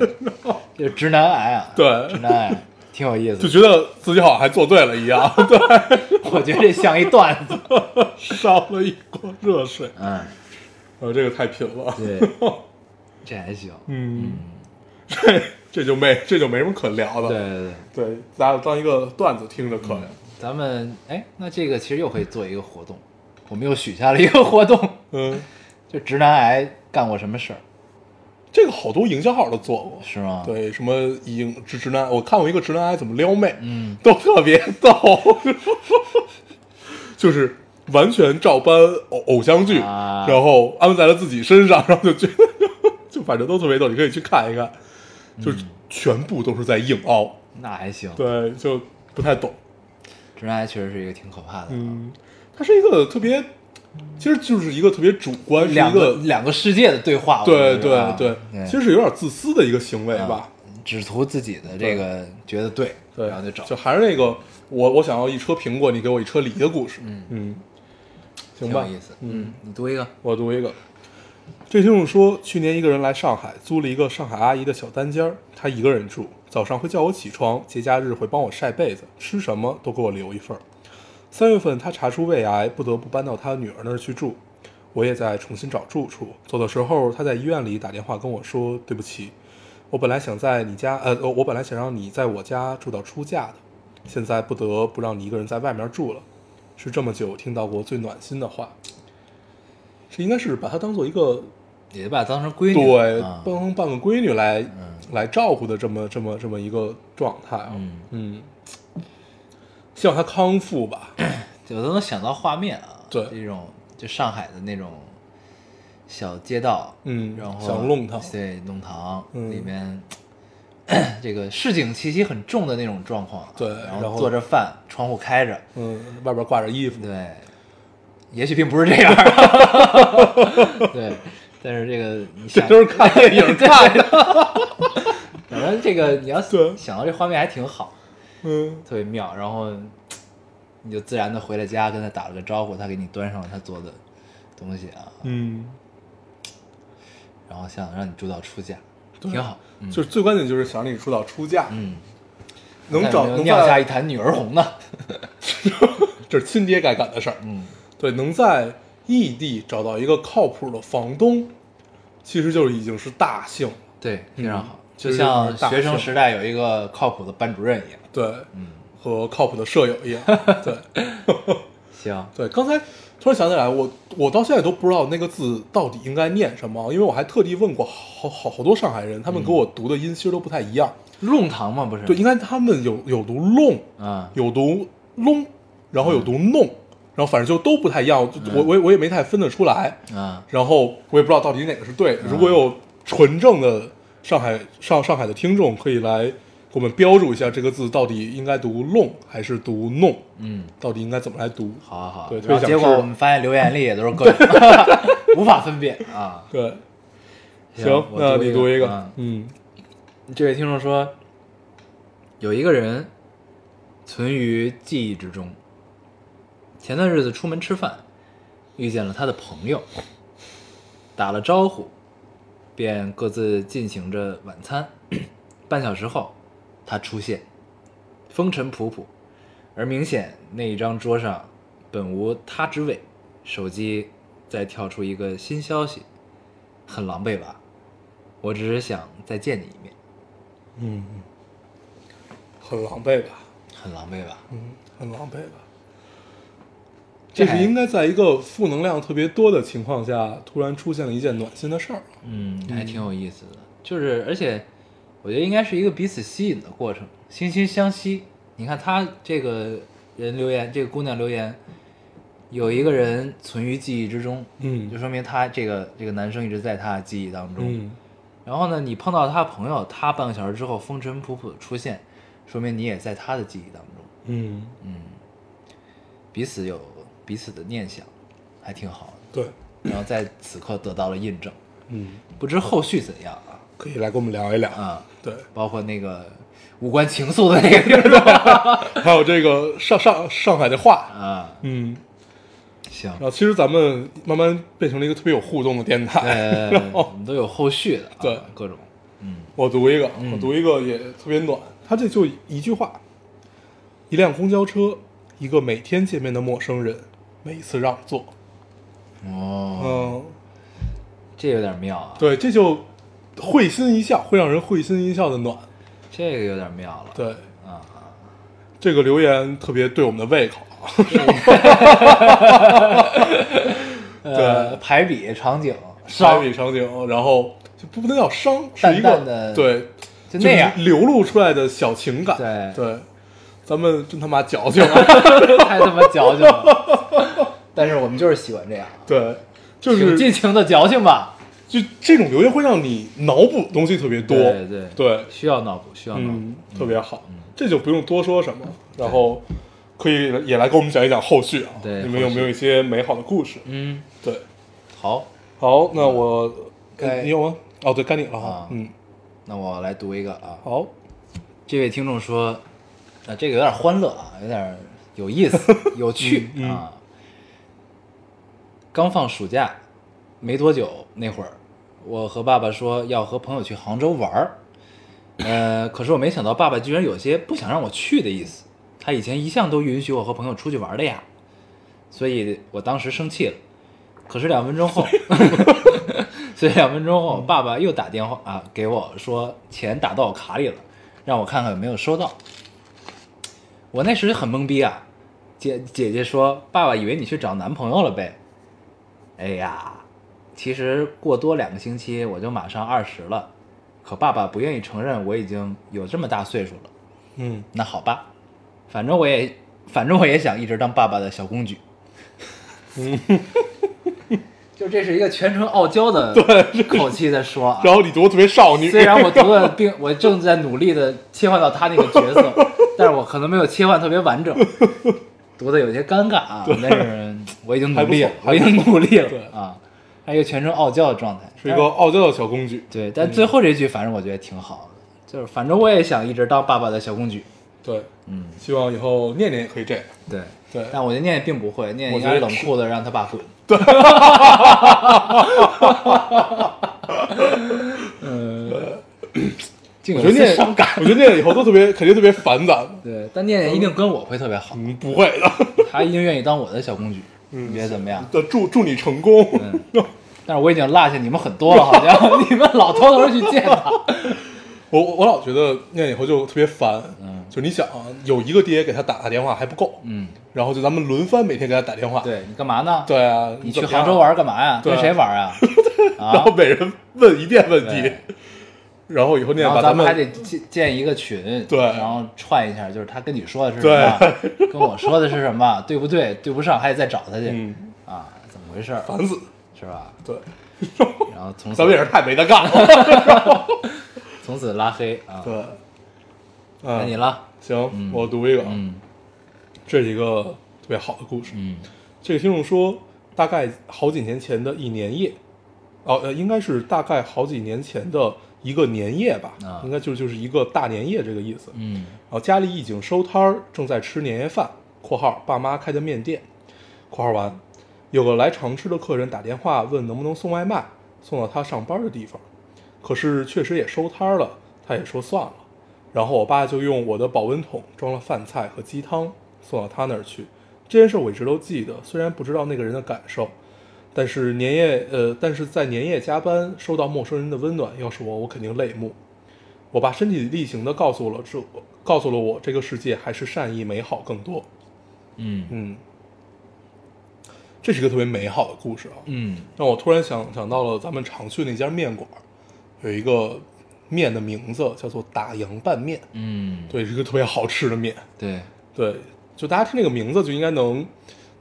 就是直男癌啊，
对
直男癌挺有意思的，
就觉得自己好像还做对了一样， 对，
我觉得这像一段子，
烧了一锅热水，
嗯，
呃，这个太贫了，
对，这还行，
嗯， 这这就没这就没什么可聊
对
的，
对对。
对，咱俩当一个段子听着可以，
咱们哎，那这个其实又可以做一个活动，我们又许下了一个活动，
嗯，
就直男癌干过什么事儿，
这个好多营销号都做过，
是吗？，
对，什么影直直男，我看过一个直男癌怎么撩妹，
嗯，
都特别逗，就是完全照搬偶偶像剧，
啊
然后安在了自己身上，然后就觉得就反正都特别逗，你可以去看一看，就是
嗯
全部都是在硬凹，
那还行。
对，就不太懂，
直男癌确实是一个挺可怕的啊，
嗯，它是一个特别，其实就是一个特别主观，是一
两
个
两个世界的对话，
对
我觉得
对
啊
对，其实是有点自私的一个行
嗯
为吧，
只图自己的这个觉得对，
对，
然后就找
还是那个我我想要一车苹果，你给我一车梨的故事。嗯行
挺
吧
有，意思。
嗯，
你读一个，
我读一个。这听众说，去年一个人来上海，租了一个上海阿姨的小单间儿，她一个人住，早上会叫我起床，节假日会帮我晒被子，吃什么都给我留一份儿。三月份她查出胃癌，不得不搬到她女儿那儿去住，我也在重新找住处。走的时候，她在医院里打电话跟我说：“对不起，我本来想在你家，呃，我我本来想让你在我家住到出嫁的，现在不得不让你一个人在外面住了，是这么久听到过最暖心的话。这应该是把她当做一个
也把它当成闺女，
对
啊，
帮半个闺女来、来照顾的这么这么这么一个状态啊，
嗯
希望她康 复吧。
我都能想到画面啊，
对
这种就上海的那种小街道，
嗯
然后
小弄堂
对，弄堂
嗯
里面。 这个市井气息很重的那种状况啊，
对
然
然后
后做着饭，窗户开着，
嗯，外边挂着衣服，
对，也许并不是这 样，对，但是这个你
这
想
都是看电影看的。
反正这个你要
对
想到这画面还挺好，
嗯，
特别妙。然后你就自然的回了家，跟他打了个招呼，他给你端上了他做的东西啊，
嗯，
然后想让你住到出嫁，挺好。嗯
就是最关键就是想让你出道出嫁，
嗯，
能找
但是
能
酿
在
下一坛女儿红呢。
这是亲爹该干的事儿。
嗯，
对，能在异地找到一个靠谱的房东，其实就已经是大幸了。
对，非常好，
嗯就
就是像
大
学生
学
时代有一个靠谱的班主任一样。
对，嗯，和靠谱的舍友一样。 对，
行，
对，刚才突然想起来，我我到现在都不知道那个字到底应该念什么，因为我还特地问过好好好多上海人，他们给我读的音其实都不太一样。
弄堂嘛不是？
对，应该他们有有读弄，
啊，
有读弄，然后有读弄，然后反正就都不太一样，就我我也我也没太分得出来。
啊，
然后我也不知道到底哪个是对的。如果有纯正的上海上上海的听众，可以来给我们标注一下这个字到底应该读弄还是读弄，
嗯，
到底应该怎么来读。
好啊好好。
对特别
然后
想
结果
吃
我们发现留言里也都是各种， 无法分辨啊。
对，
行
那你读一啊
嗯
个，嗯
这位听众说，有一个人存于记忆之中。前段日子出门吃饭，遇见了他的朋友，打了招呼，便各自进行着晚餐。半小时后，他出现，风尘仆仆，而明显那一张桌上本无他之位。手机再跳出一个新消息，很狼狈吧？我只是想再见你一面，
嗯，很狼狈吧？
很狼狈吧？
嗯，很狼狈吧？这是应该在一个负能量特别多的情况下，突然出现了一件暖心的事儿。
嗯，还挺有意思的。就是，而且我觉得应该是一个彼此吸引的过程，惺惺相惜。你看他这个人留言，这个姑娘留言，有一个人存于记忆之中，
嗯
就说明他这个这个男生一直在他的记忆当中。
嗯
然后呢，你碰到他朋友，他半个小时之后风尘仆仆的出现，说明你也在他的记忆当中，
嗯，
彼此有彼此的念想，还挺好的。
对，
然后在此刻得到了印证，
嗯，
不知后续怎样啊？
可以来跟我们聊一聊。
啊、
对，
包括那个无关情愫的那个地 儿
还有这个上上上海的话，
啊，
嗯，
行
然，后其实咱们慢慢变成了一个特别有互动的电台。
呃，我们都有后续的、啊，
哦对
各种，
我读一个，
嗯
我读一个也特别暖。他这就一句话：一辆公交车，一个每天见面的陌生人，每一次让座。
哦，
嗯，
这有点妙啊，，
对，这就会心一笑，会让人会心一笑的暖。
这个有点妙了，，
对，
啊，
这个留言特别对我们的胃口。啊
呃，排比场景
拍
伤
比场景，然后就不能叫伤，是
淡
一个
淡的
对，
就那样
是，流露出来的小情感。
对
对，咱们真他妈 矫情。啊
太他妈矫 情了，但是我们就是喜欢这样，
对，就
有
是
尽情的矫情吧，
就这种留言会让你脑补东西特别多。
对对
对
需要脑补，需要脑
嗯
补，，
特别好，这就不用多说什么。然后可以也来跟我们讲一讲后续啊，
对
你们有没有一些美好的故事？
嗯，
对，
好，
好，那我
该
你有吗？哦，对，该你了哈
啊。
嗯，
那我来读一个啊，
好，
这位听众说，啊、这个有点欢乐啊，有点有意思、有趣、啊。刚放暑假没多久那会儿，我和爸爸说要和朋友去杭州玩儿，呃，可是我没想到爸爸居然有些不想让我去的意思。他以前一向都允许我和朋友出去玩的呀，所以我当时生气了。可是两分钟后， 所以两分钟后，爸爸又打电话啊给我说钱打到我卡里了，让我看看有没有收到。我那时很懵逼啊，姐姐姐说爸爸以为你去找男朋友了呗。哎呀，其实过多两个星期我就马上二十了，可爸爸不愿意承认我已经有这么大岁数了。
嗯，
那好吧，反正我也反正我也想一直当爸爸的小公举。 就这是一个全程傲娇 的口气在说啊，
然后你读得特别少女，
虽然我读的并 我正在努力的切换到他那个角色，但是我可能没有切换特别完整，读的有些尴尬啊。但是我已经努力了，我已经努力了
对
啊，还有一个全程傲娇的状态，
是一个傲娇的小公举。
对。但最后这句反正我觉得挺好的，就是反正我也想一直当爸爸的小公举，
对，
嗯，
希望以后念念也可以这样。
对。
对，
但我觉得念念并不会，念念
我
应
觉
该
得
冷酷的让他爸滚。嗯，
呃我
我
觉得念，我觉得念念以后都特别，肯定特别烦咱们。
对，但念念一定跟我会特别好，
嗯，不会的。
她一定愿意当我的小公举，你觉得怎么样？
祝祝你成功。
嗯 但是我已经落下你们很多了，好像你们老偷偷去见他。
我我我老觉得念以后就特别烦，嗯，就你想啊，有一个爹给他打打电话还不够，
嗯，
然后就咱们轮番每天给他打电话，
对你干嘛呢？
对啊，
你
怎
去
么样
杭州，玩干嘛呀？
对
跟谁玩 啊？
然
啊
后，每人问一遍问题
对，
然后以后念
然后
把
咱
咱
们
们嗯
还得建建一个群，
对
然后串一下，就是他跟你说的是什么，跟我说的是什么，对不对？对不上还得再找他去
嗯
啊，怎么回事儿？
烦死，
是吧？
对，
然后从
咱们
此
也是太没得干 了，
从此拉黑啊，
对，
该
嗯，
你了，
行，我读一个，啊
嗯
这是一个特别好的故事，
嗯
这个听众说，大概好几年前的一年夜，哦，呃，应该是大概好几年前的一个年夜吧，
啊
应该就就是一个大年夜这个意思。
嗯
后哦家里一景收摊儿，正在吃年夜饭（括号爸妈开的面店）。括号完，有个来常吃的客人打电话问能不能送外卖送到他上班的地方，可是确实也收摊儿了，他也说算了。然后我爸就用我的保温桶装了饭菜和鸡汤送到他那儿去。这件事我一直都记得，虽然不知道那个人的感受，但是年夜呃，但是在年夜加班收到陌生人的温暖，要是我，我肯定泪目。我爸身体力行的告诉了这，告诉了我这个世界还是善意美好更多。
嗯
嗯，这是一个特别美好的故事啊，
嗯
让我突然想想到了咱们常去那家面馆儿，有一个面的名字叫做打烊拌面，
嗯，
对，是一个特别好吃的面。
对，
对，就大家听这个名字就应该能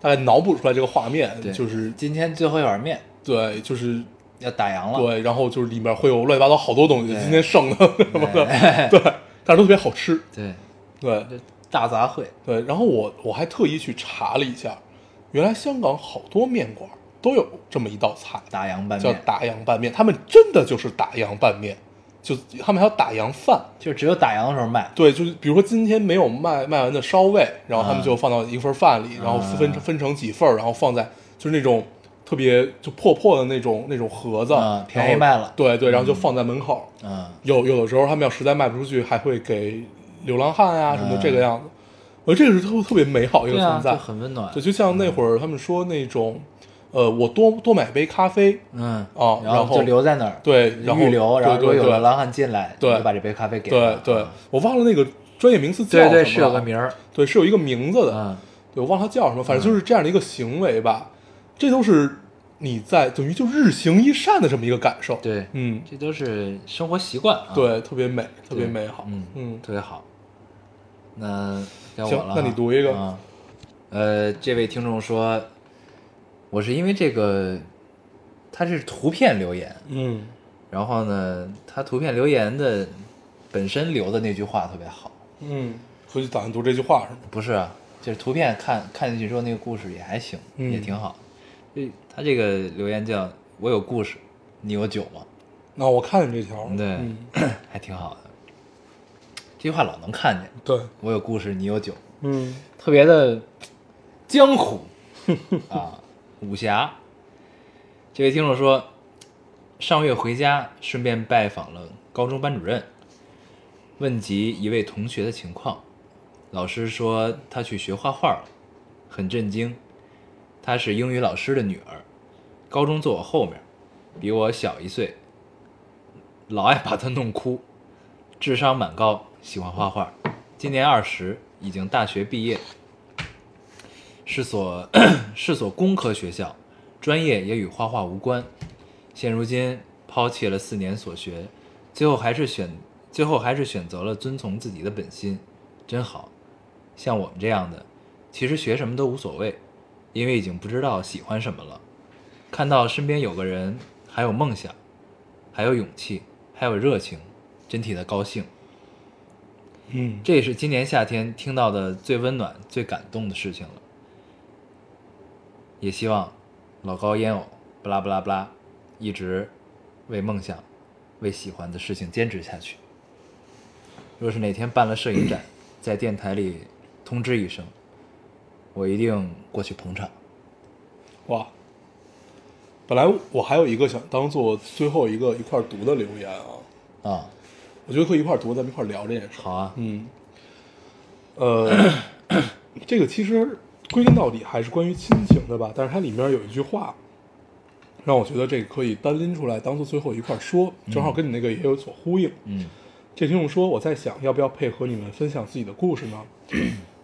大概脑补出来这个画面，
对
就是
今天最后一碗面
对，就是
要打烊了，
对，然后就是里面会有乱七八糟好多东西，
对
今天剩的什么的，对，但是都特别好吃，
对，
对
这大杂烩，
对。然后我我还特意去查了一下，原来香港好多面馆都有这么一道菜，
打烊拌
叫
面，
打烊拌面，他们真的就是打烊拌面，就他们还有打烊饭。
就只有打烊的时候卖，
对，就是比如说今天没有卖卖完的烧味，然后他
嗯
们就放到一份饭里，然后分分成几份儿，然后放在就是那种特别就破破的那种那种盒子，
嗯便宜
然后
卖了
对对，然后就放在门口。
嗯，
有有的时候他们要实在卖不出去，还会给流浪汉啊什么
嗯
的这个样子。我觉得这个是特特别美好一个
对啊，
存
就
在，
很温暖
对，，就像那会儿他们说那种，呃，我多多买杯咖啡，
嗯，
哦
然
然后
就留在那儿，
对，然后
预留，然后如
对
果
对
有
对
流浪汉进来，
对
你就把这杯咖啡给
对
他，
对
嗯，
我忘了那个专业名词叫
对对
什么
是有
了
个名儿，
对，是有一个名字的，
嗯，
对，我忘了它叫什么，反正就是这样的一个行为吧。这都是你在等于就日行一善的这么一个感受。，
对，
嗯，
这都是生活习惯啊，
对，特别美，特
对，
别美好。
嗯
嗯
特别好。那该我
行
了啊，
那你读一个
啊。呃，这位听众说，我是因为这个，他是图片留言，
嗯
然后呢，他图片留言的本身留的那句话特别好，
嗯，所以打算读这句话是吗？
不是啊，就是图片看看进去之后，那个故事也还行，
嗯
也挺好。这他这个留言叫“我有故事，你有酒吗
那我看见这条了。
对
嗯、”，
还挺好的。这句话老能看见，“
对，
我有故事，你有酒
嗯”，
特别的江湖啊，武侠。这位听众说，上月回家顺便拜访了高中班主任，问及一位同学的情况，老师说他去学画画了，很震惊。她是英语老师的女儿，高中坐我后面，比我小一岁，老爱把她弄哭，智商蛮高，喜欢画画，今年二十，已经大学毕业，是所 是所工科学校，专业也与画画无关。现如今抛弃了四年所学，最后还是选最后还是选择了遵从自己的本心，真好。像我们这样的，其实学什么都无所谓，因为已经不知道喜欢什么了。看到身边有个人还有梦想，还有勇气，还有热情，真替他高兴。
嗯
这也是今年夏天听到的最温暖、最感动的事情了。也希望老高烟偶不拉不拉不拉，一直为梦想、为喜欢的事情坚持下去。若是哪天办了摄影展，在电台里通知一声，我一定过去捧场。
哇。本来我还有一个想当做最后一个一块儿读的留言啊，
啊、
我觉得可以一块儿读，咱们一块儿聊这件事。
好啊，
嗯，呃，这个其实归根到底还是关于亲情的吧，但是它里面有一句话，让我觉得这个可以单拎出来当做最后一块儿说，正好跟你那个也有所呼应。
嗯
这听众说：“我在想，要不要配合你们分享自己的故事呢？”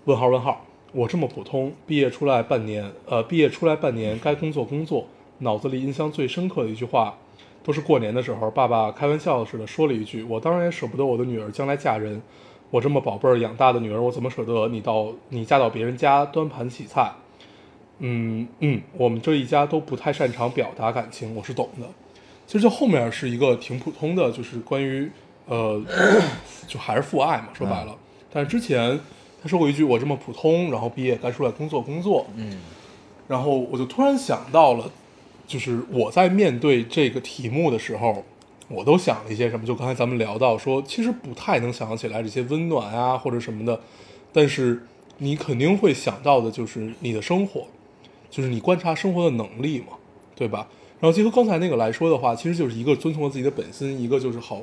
问号问号，我这么普通，毕业出来半年，呃，毕业出来半年，该工作工作，脑子里印象最深刻的一句话，都是过年的时候，爸爸开玩笑似的说了一句：“我当然也舍不得我的女儿将来嫁人，我这么宝贝儿养大的女儿，我怎么舍得你到你嫁到别人家端盘洗菜？”嗯嗯，我们这一家都不太擅长表达感情，我是懂的。其实这后面是一个挺普通的，就是关于呃， 就还是父爱嘛，说白了。但是之前他说过一句“我这么普通”，然后毕业该出来工作工作，
嗯
然后我就突然想到了，就是我在面对这个题目的时候，我都想了一些什么，就刚才咱们聊到说，其实不太能想象起来这些温暖啊或者什么的，但是你肯定会想到的就是你的生活，就是你观察生活的能力嘛，对吧？然后结合刚才那个来说的话，其实就是一个遵从了自己的本心，一个就是好，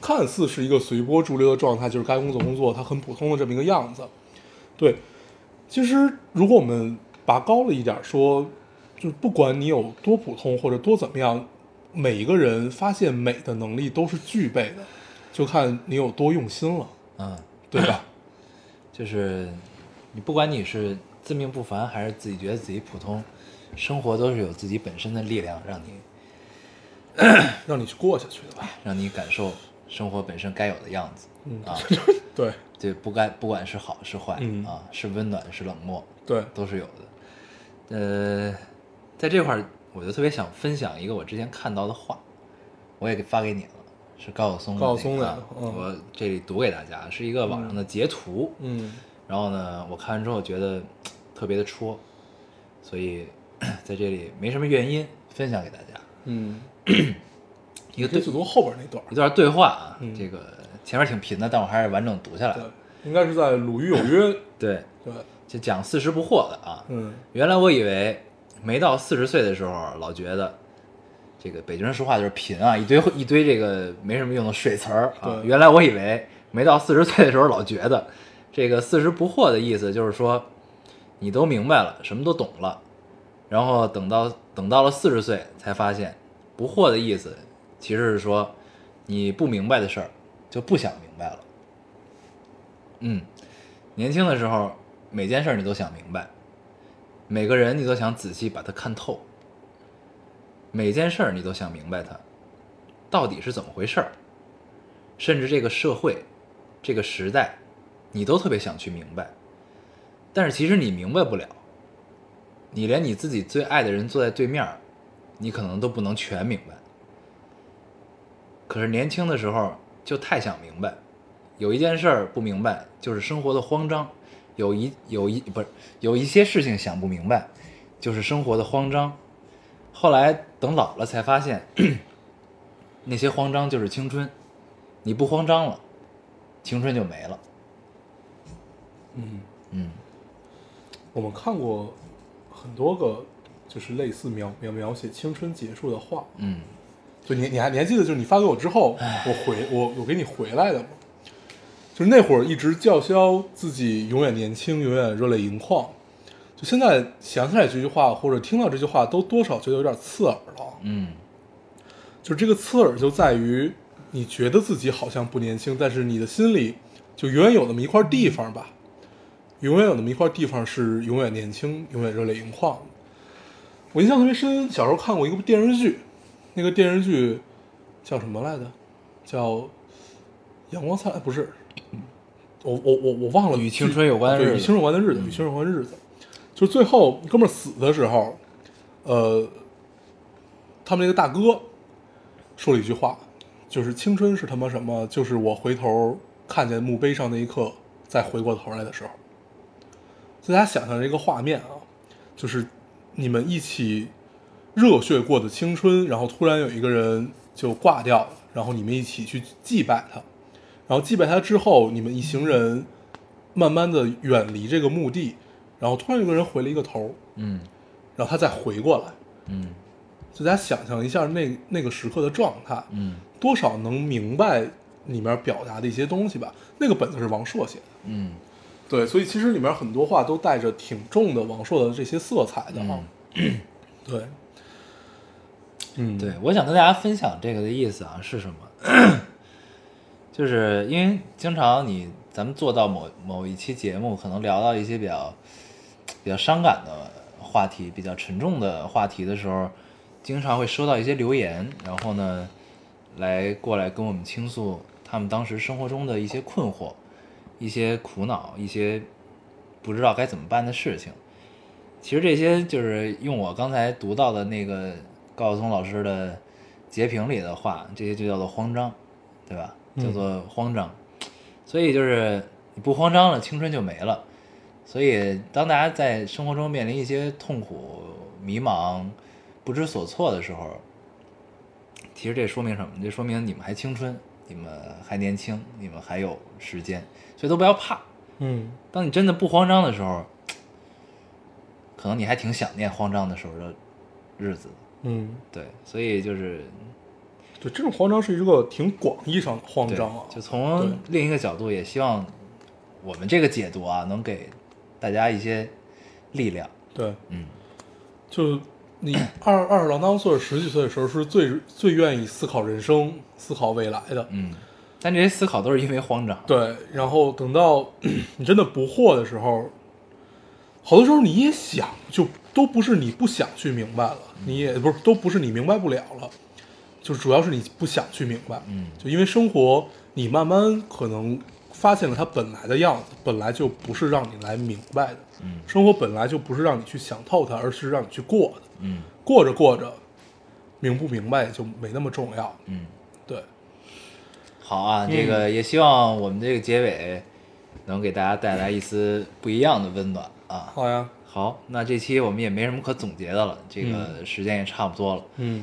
看似是一个随波逐流的状态，就是该工作工作，它很普通的这么一个样子。对，其实如果我们拔高了一点说，就是不管你有多普通或者多怎么样，每一个人发现美的能力都是具备的，就看你有多用心了，
嗯，
对 吧？
就是你不管你是自命不凡，还是自己觉得自己普通，生活都是有自己本身的力量，让你
让你去过下去的吧。
让你感受生活本身该有的样子。
嗯
啊，
对
对，不该不管是好是坏、
嗯
啊，是温暖是冷漠，
对，
都是有的。呃，在这块儿，我就特别想分享一个我之前看到的话，我也给发给你了，是高晓松的那个、
高晓松的
啊
嗯
我这里读给大家，是一个网上的截图。
嗯
然后呢，我看完之后觉得特别的戳，所以 在这里没什么原因分享给大家
嗯，
一个
这
对
就读后边那段儿。
一段对话啊，
嗯
这个前面挺贫的，但我还是完整读下来
对
了。，
应该是在《鲁豫有约》
对，
哎对，
就讲四十不惑的啊，
嗯
原来我以为没到四十岁的时候，老觉得这个北京人说话就是贫啊，一堆一堆这个没什么用的水词儿啊。
对
原来我以为没到四十岁的时候，老觉得这个四十不惑的意思就是说，你都明白了，什么都懂了，然后等到等到了四十岁才发现，不惑的意思其实是说你不明白的事儿就不想明白了。嗯，年轻的时候每件事儿你都想明白，每个人你都想仔细把它看透，每件事儿你都想明白它到底是怎么回事儿，甚至这个社会、这个时代，你都特别想去明白，但是其实你明白不了，你连你自己最爱的人坐在对面儿，你可能都不能全明白。可是年轻的时候就太想明白，有一件事儿不明白，就是生活的慌张；有一有一不是有一些事情想不明白，就是生活的慌张。后来等老了才发现， 那些慌张就是青春，你不慌张了，青春就没了。
嗯，
嗯，
我们看过很多个，就是类似描描描写青春结束的话，
嗯，
就你你还你还记得，就是你发给我之后，我回我我给你回来的吗？就是那会儿一直叫嚣自己永远年轻，永远热泪盈眶。就现在想起来这句话，或者听到这句话，都多少觉得有点刺耳了。
嗯，
就是这个刺耳就在于，你觉得自己好像不年轻，但是你的心里就永远有那么一块地方吧，永远有那么一块地方是永远年轻、永远热泪盈眶的。我印象特别深，小时候看过一部电视剧，那个电视剧叫什么来着？叫《阳光灿烂》不是？我我我我忘了剧。
与青春有关的
对
日
与
子嗯
青春有关的日子，与青春有关的日子，就是最后哥们儿死的时候，呃，他们那个大哥说了一句话，就是青春是他妈什么？就是我回头看见墓碑上那一刻，再回过头来的时候。所以大家想象这个画面啊，就是你们一起热血过的青春，然后突然有一个人就挂掉了，然后你们一起去祭拜他，然后祭拜他之后，你们一行人慢慢的远离这个墓地，然后突然有个人回了一个头，
嗯，
然后他再回过来，
嗯，
就大家想象一下那那个时刻的状态，
嗯，
多少能明白里面表达的一些东西吧。那个本子是王朔写的。
嗯，
对，所以其实里面很多话都带着挺重的王朔的这些色彩的啊。 对，嗯，
对，我想跟大家分享这个的意思啊是什么？ 就是因为经常你咱们做到某某一期节目，可能聊到一些比较比较伤感的话题、比较沉重的话题的时候，经常会收到一些留言，然后呢，来过来跟我们倾诉他们当时生活中的一些困惑、一些苦恼、一些不知道该怎么办的事情。其实这些就是用我刚才读到的那个高晓松老师的截屏里的话，这些就叫做慌张，对吧？叫做慌张。所以就是你不慌张了，青春就没了。所以当大家在生活中面临一些痛苦、迷茫、不知所措的时候，其实这说明什么？这说明你们还青春，你们还年轻，你们还有时间，所以都不要怕。
嗯，
当你真的不慌张的时候，可能你还挺想念慌张的时候的日子。
嗯，
对，所以就是
对，这种慌张是一个挺广义上的慌
对
张啊，
就
对
从另一个角度，也希望我们这个解读啊，能给大家一些力量。
对，
嗯，
就你二二十郎当岁十几岁的时候，是最最愿意思考人生、思考未来的。
嗯，但这些思考都是因为慌张。
对，然后等到 你真的不惑的时候，好多时候你也想，就都不是你不想去明白了，你也不是都不是你明白不了了，就主要是你不想去明白。
嗯
就因为生活，你慢慢可能发现了它本来的样子，本来就不是让你来明白的。
嗯
生活本来就不是让你去想透它，而是让你去过的。
嗯
过着过着，明不明白也就没那么重要。
嗯，
对，
好
嗯
啊，这个也希望我们这个结尾能给大家带来一丝不一样的温暖啊。
好呀，
好，那这期我们也没什么可总结的了，这个时间也差不多了，
嗯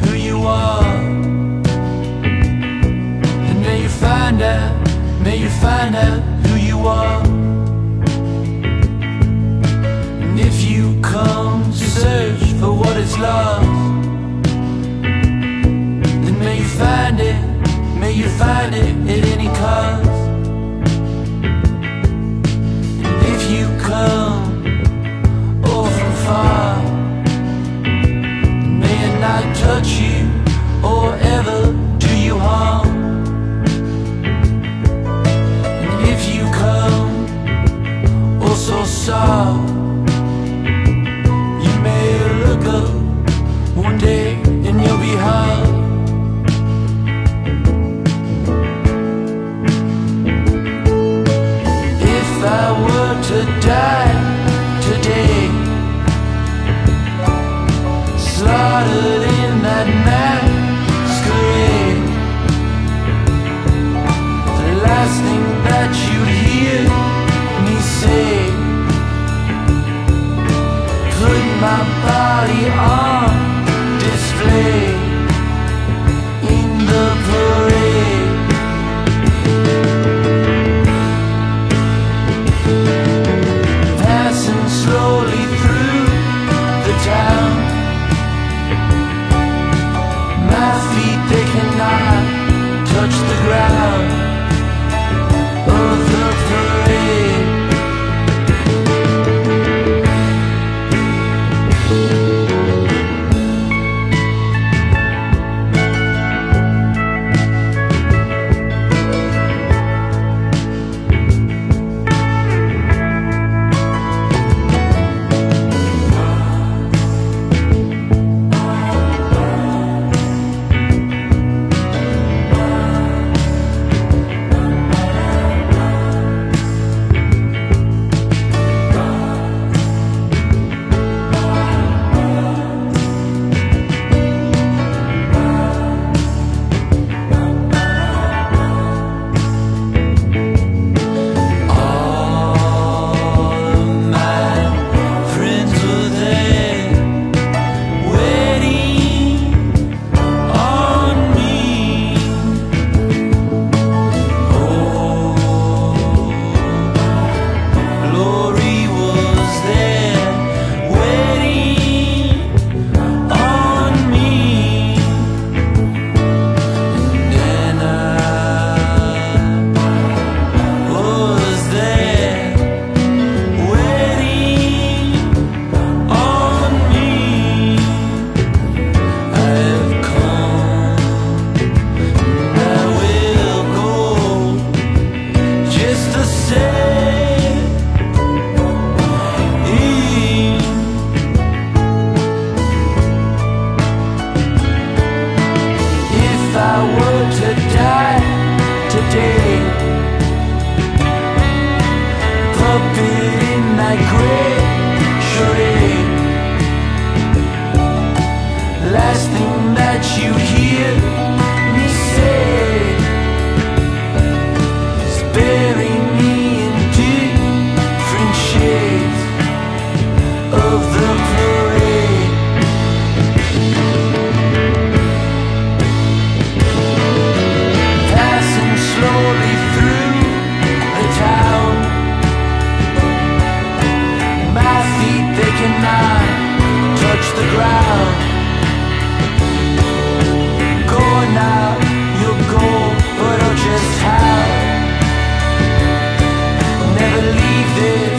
who you are, and may you find out, may you find out who you are. And if you come to search for what is lost, then may you find it, may you find it at any cost. And if you come, oh, from far may it not touch you or ever do you harm. And if you come, oh so soft, you may look up one day and you'll be high. If I were to die today slaughtered in that masquerade. The last thing that you'd hear me say, put my body on display in the parade. Passing slowly through the town. My feet, they cannot touch Oh, the ground. last thing that you hear me say is bury me in different shades of the parade. Passing slowly through the town, my feet they cannot touch the ground. Go now, you'll go, but oh, just how? Never leave this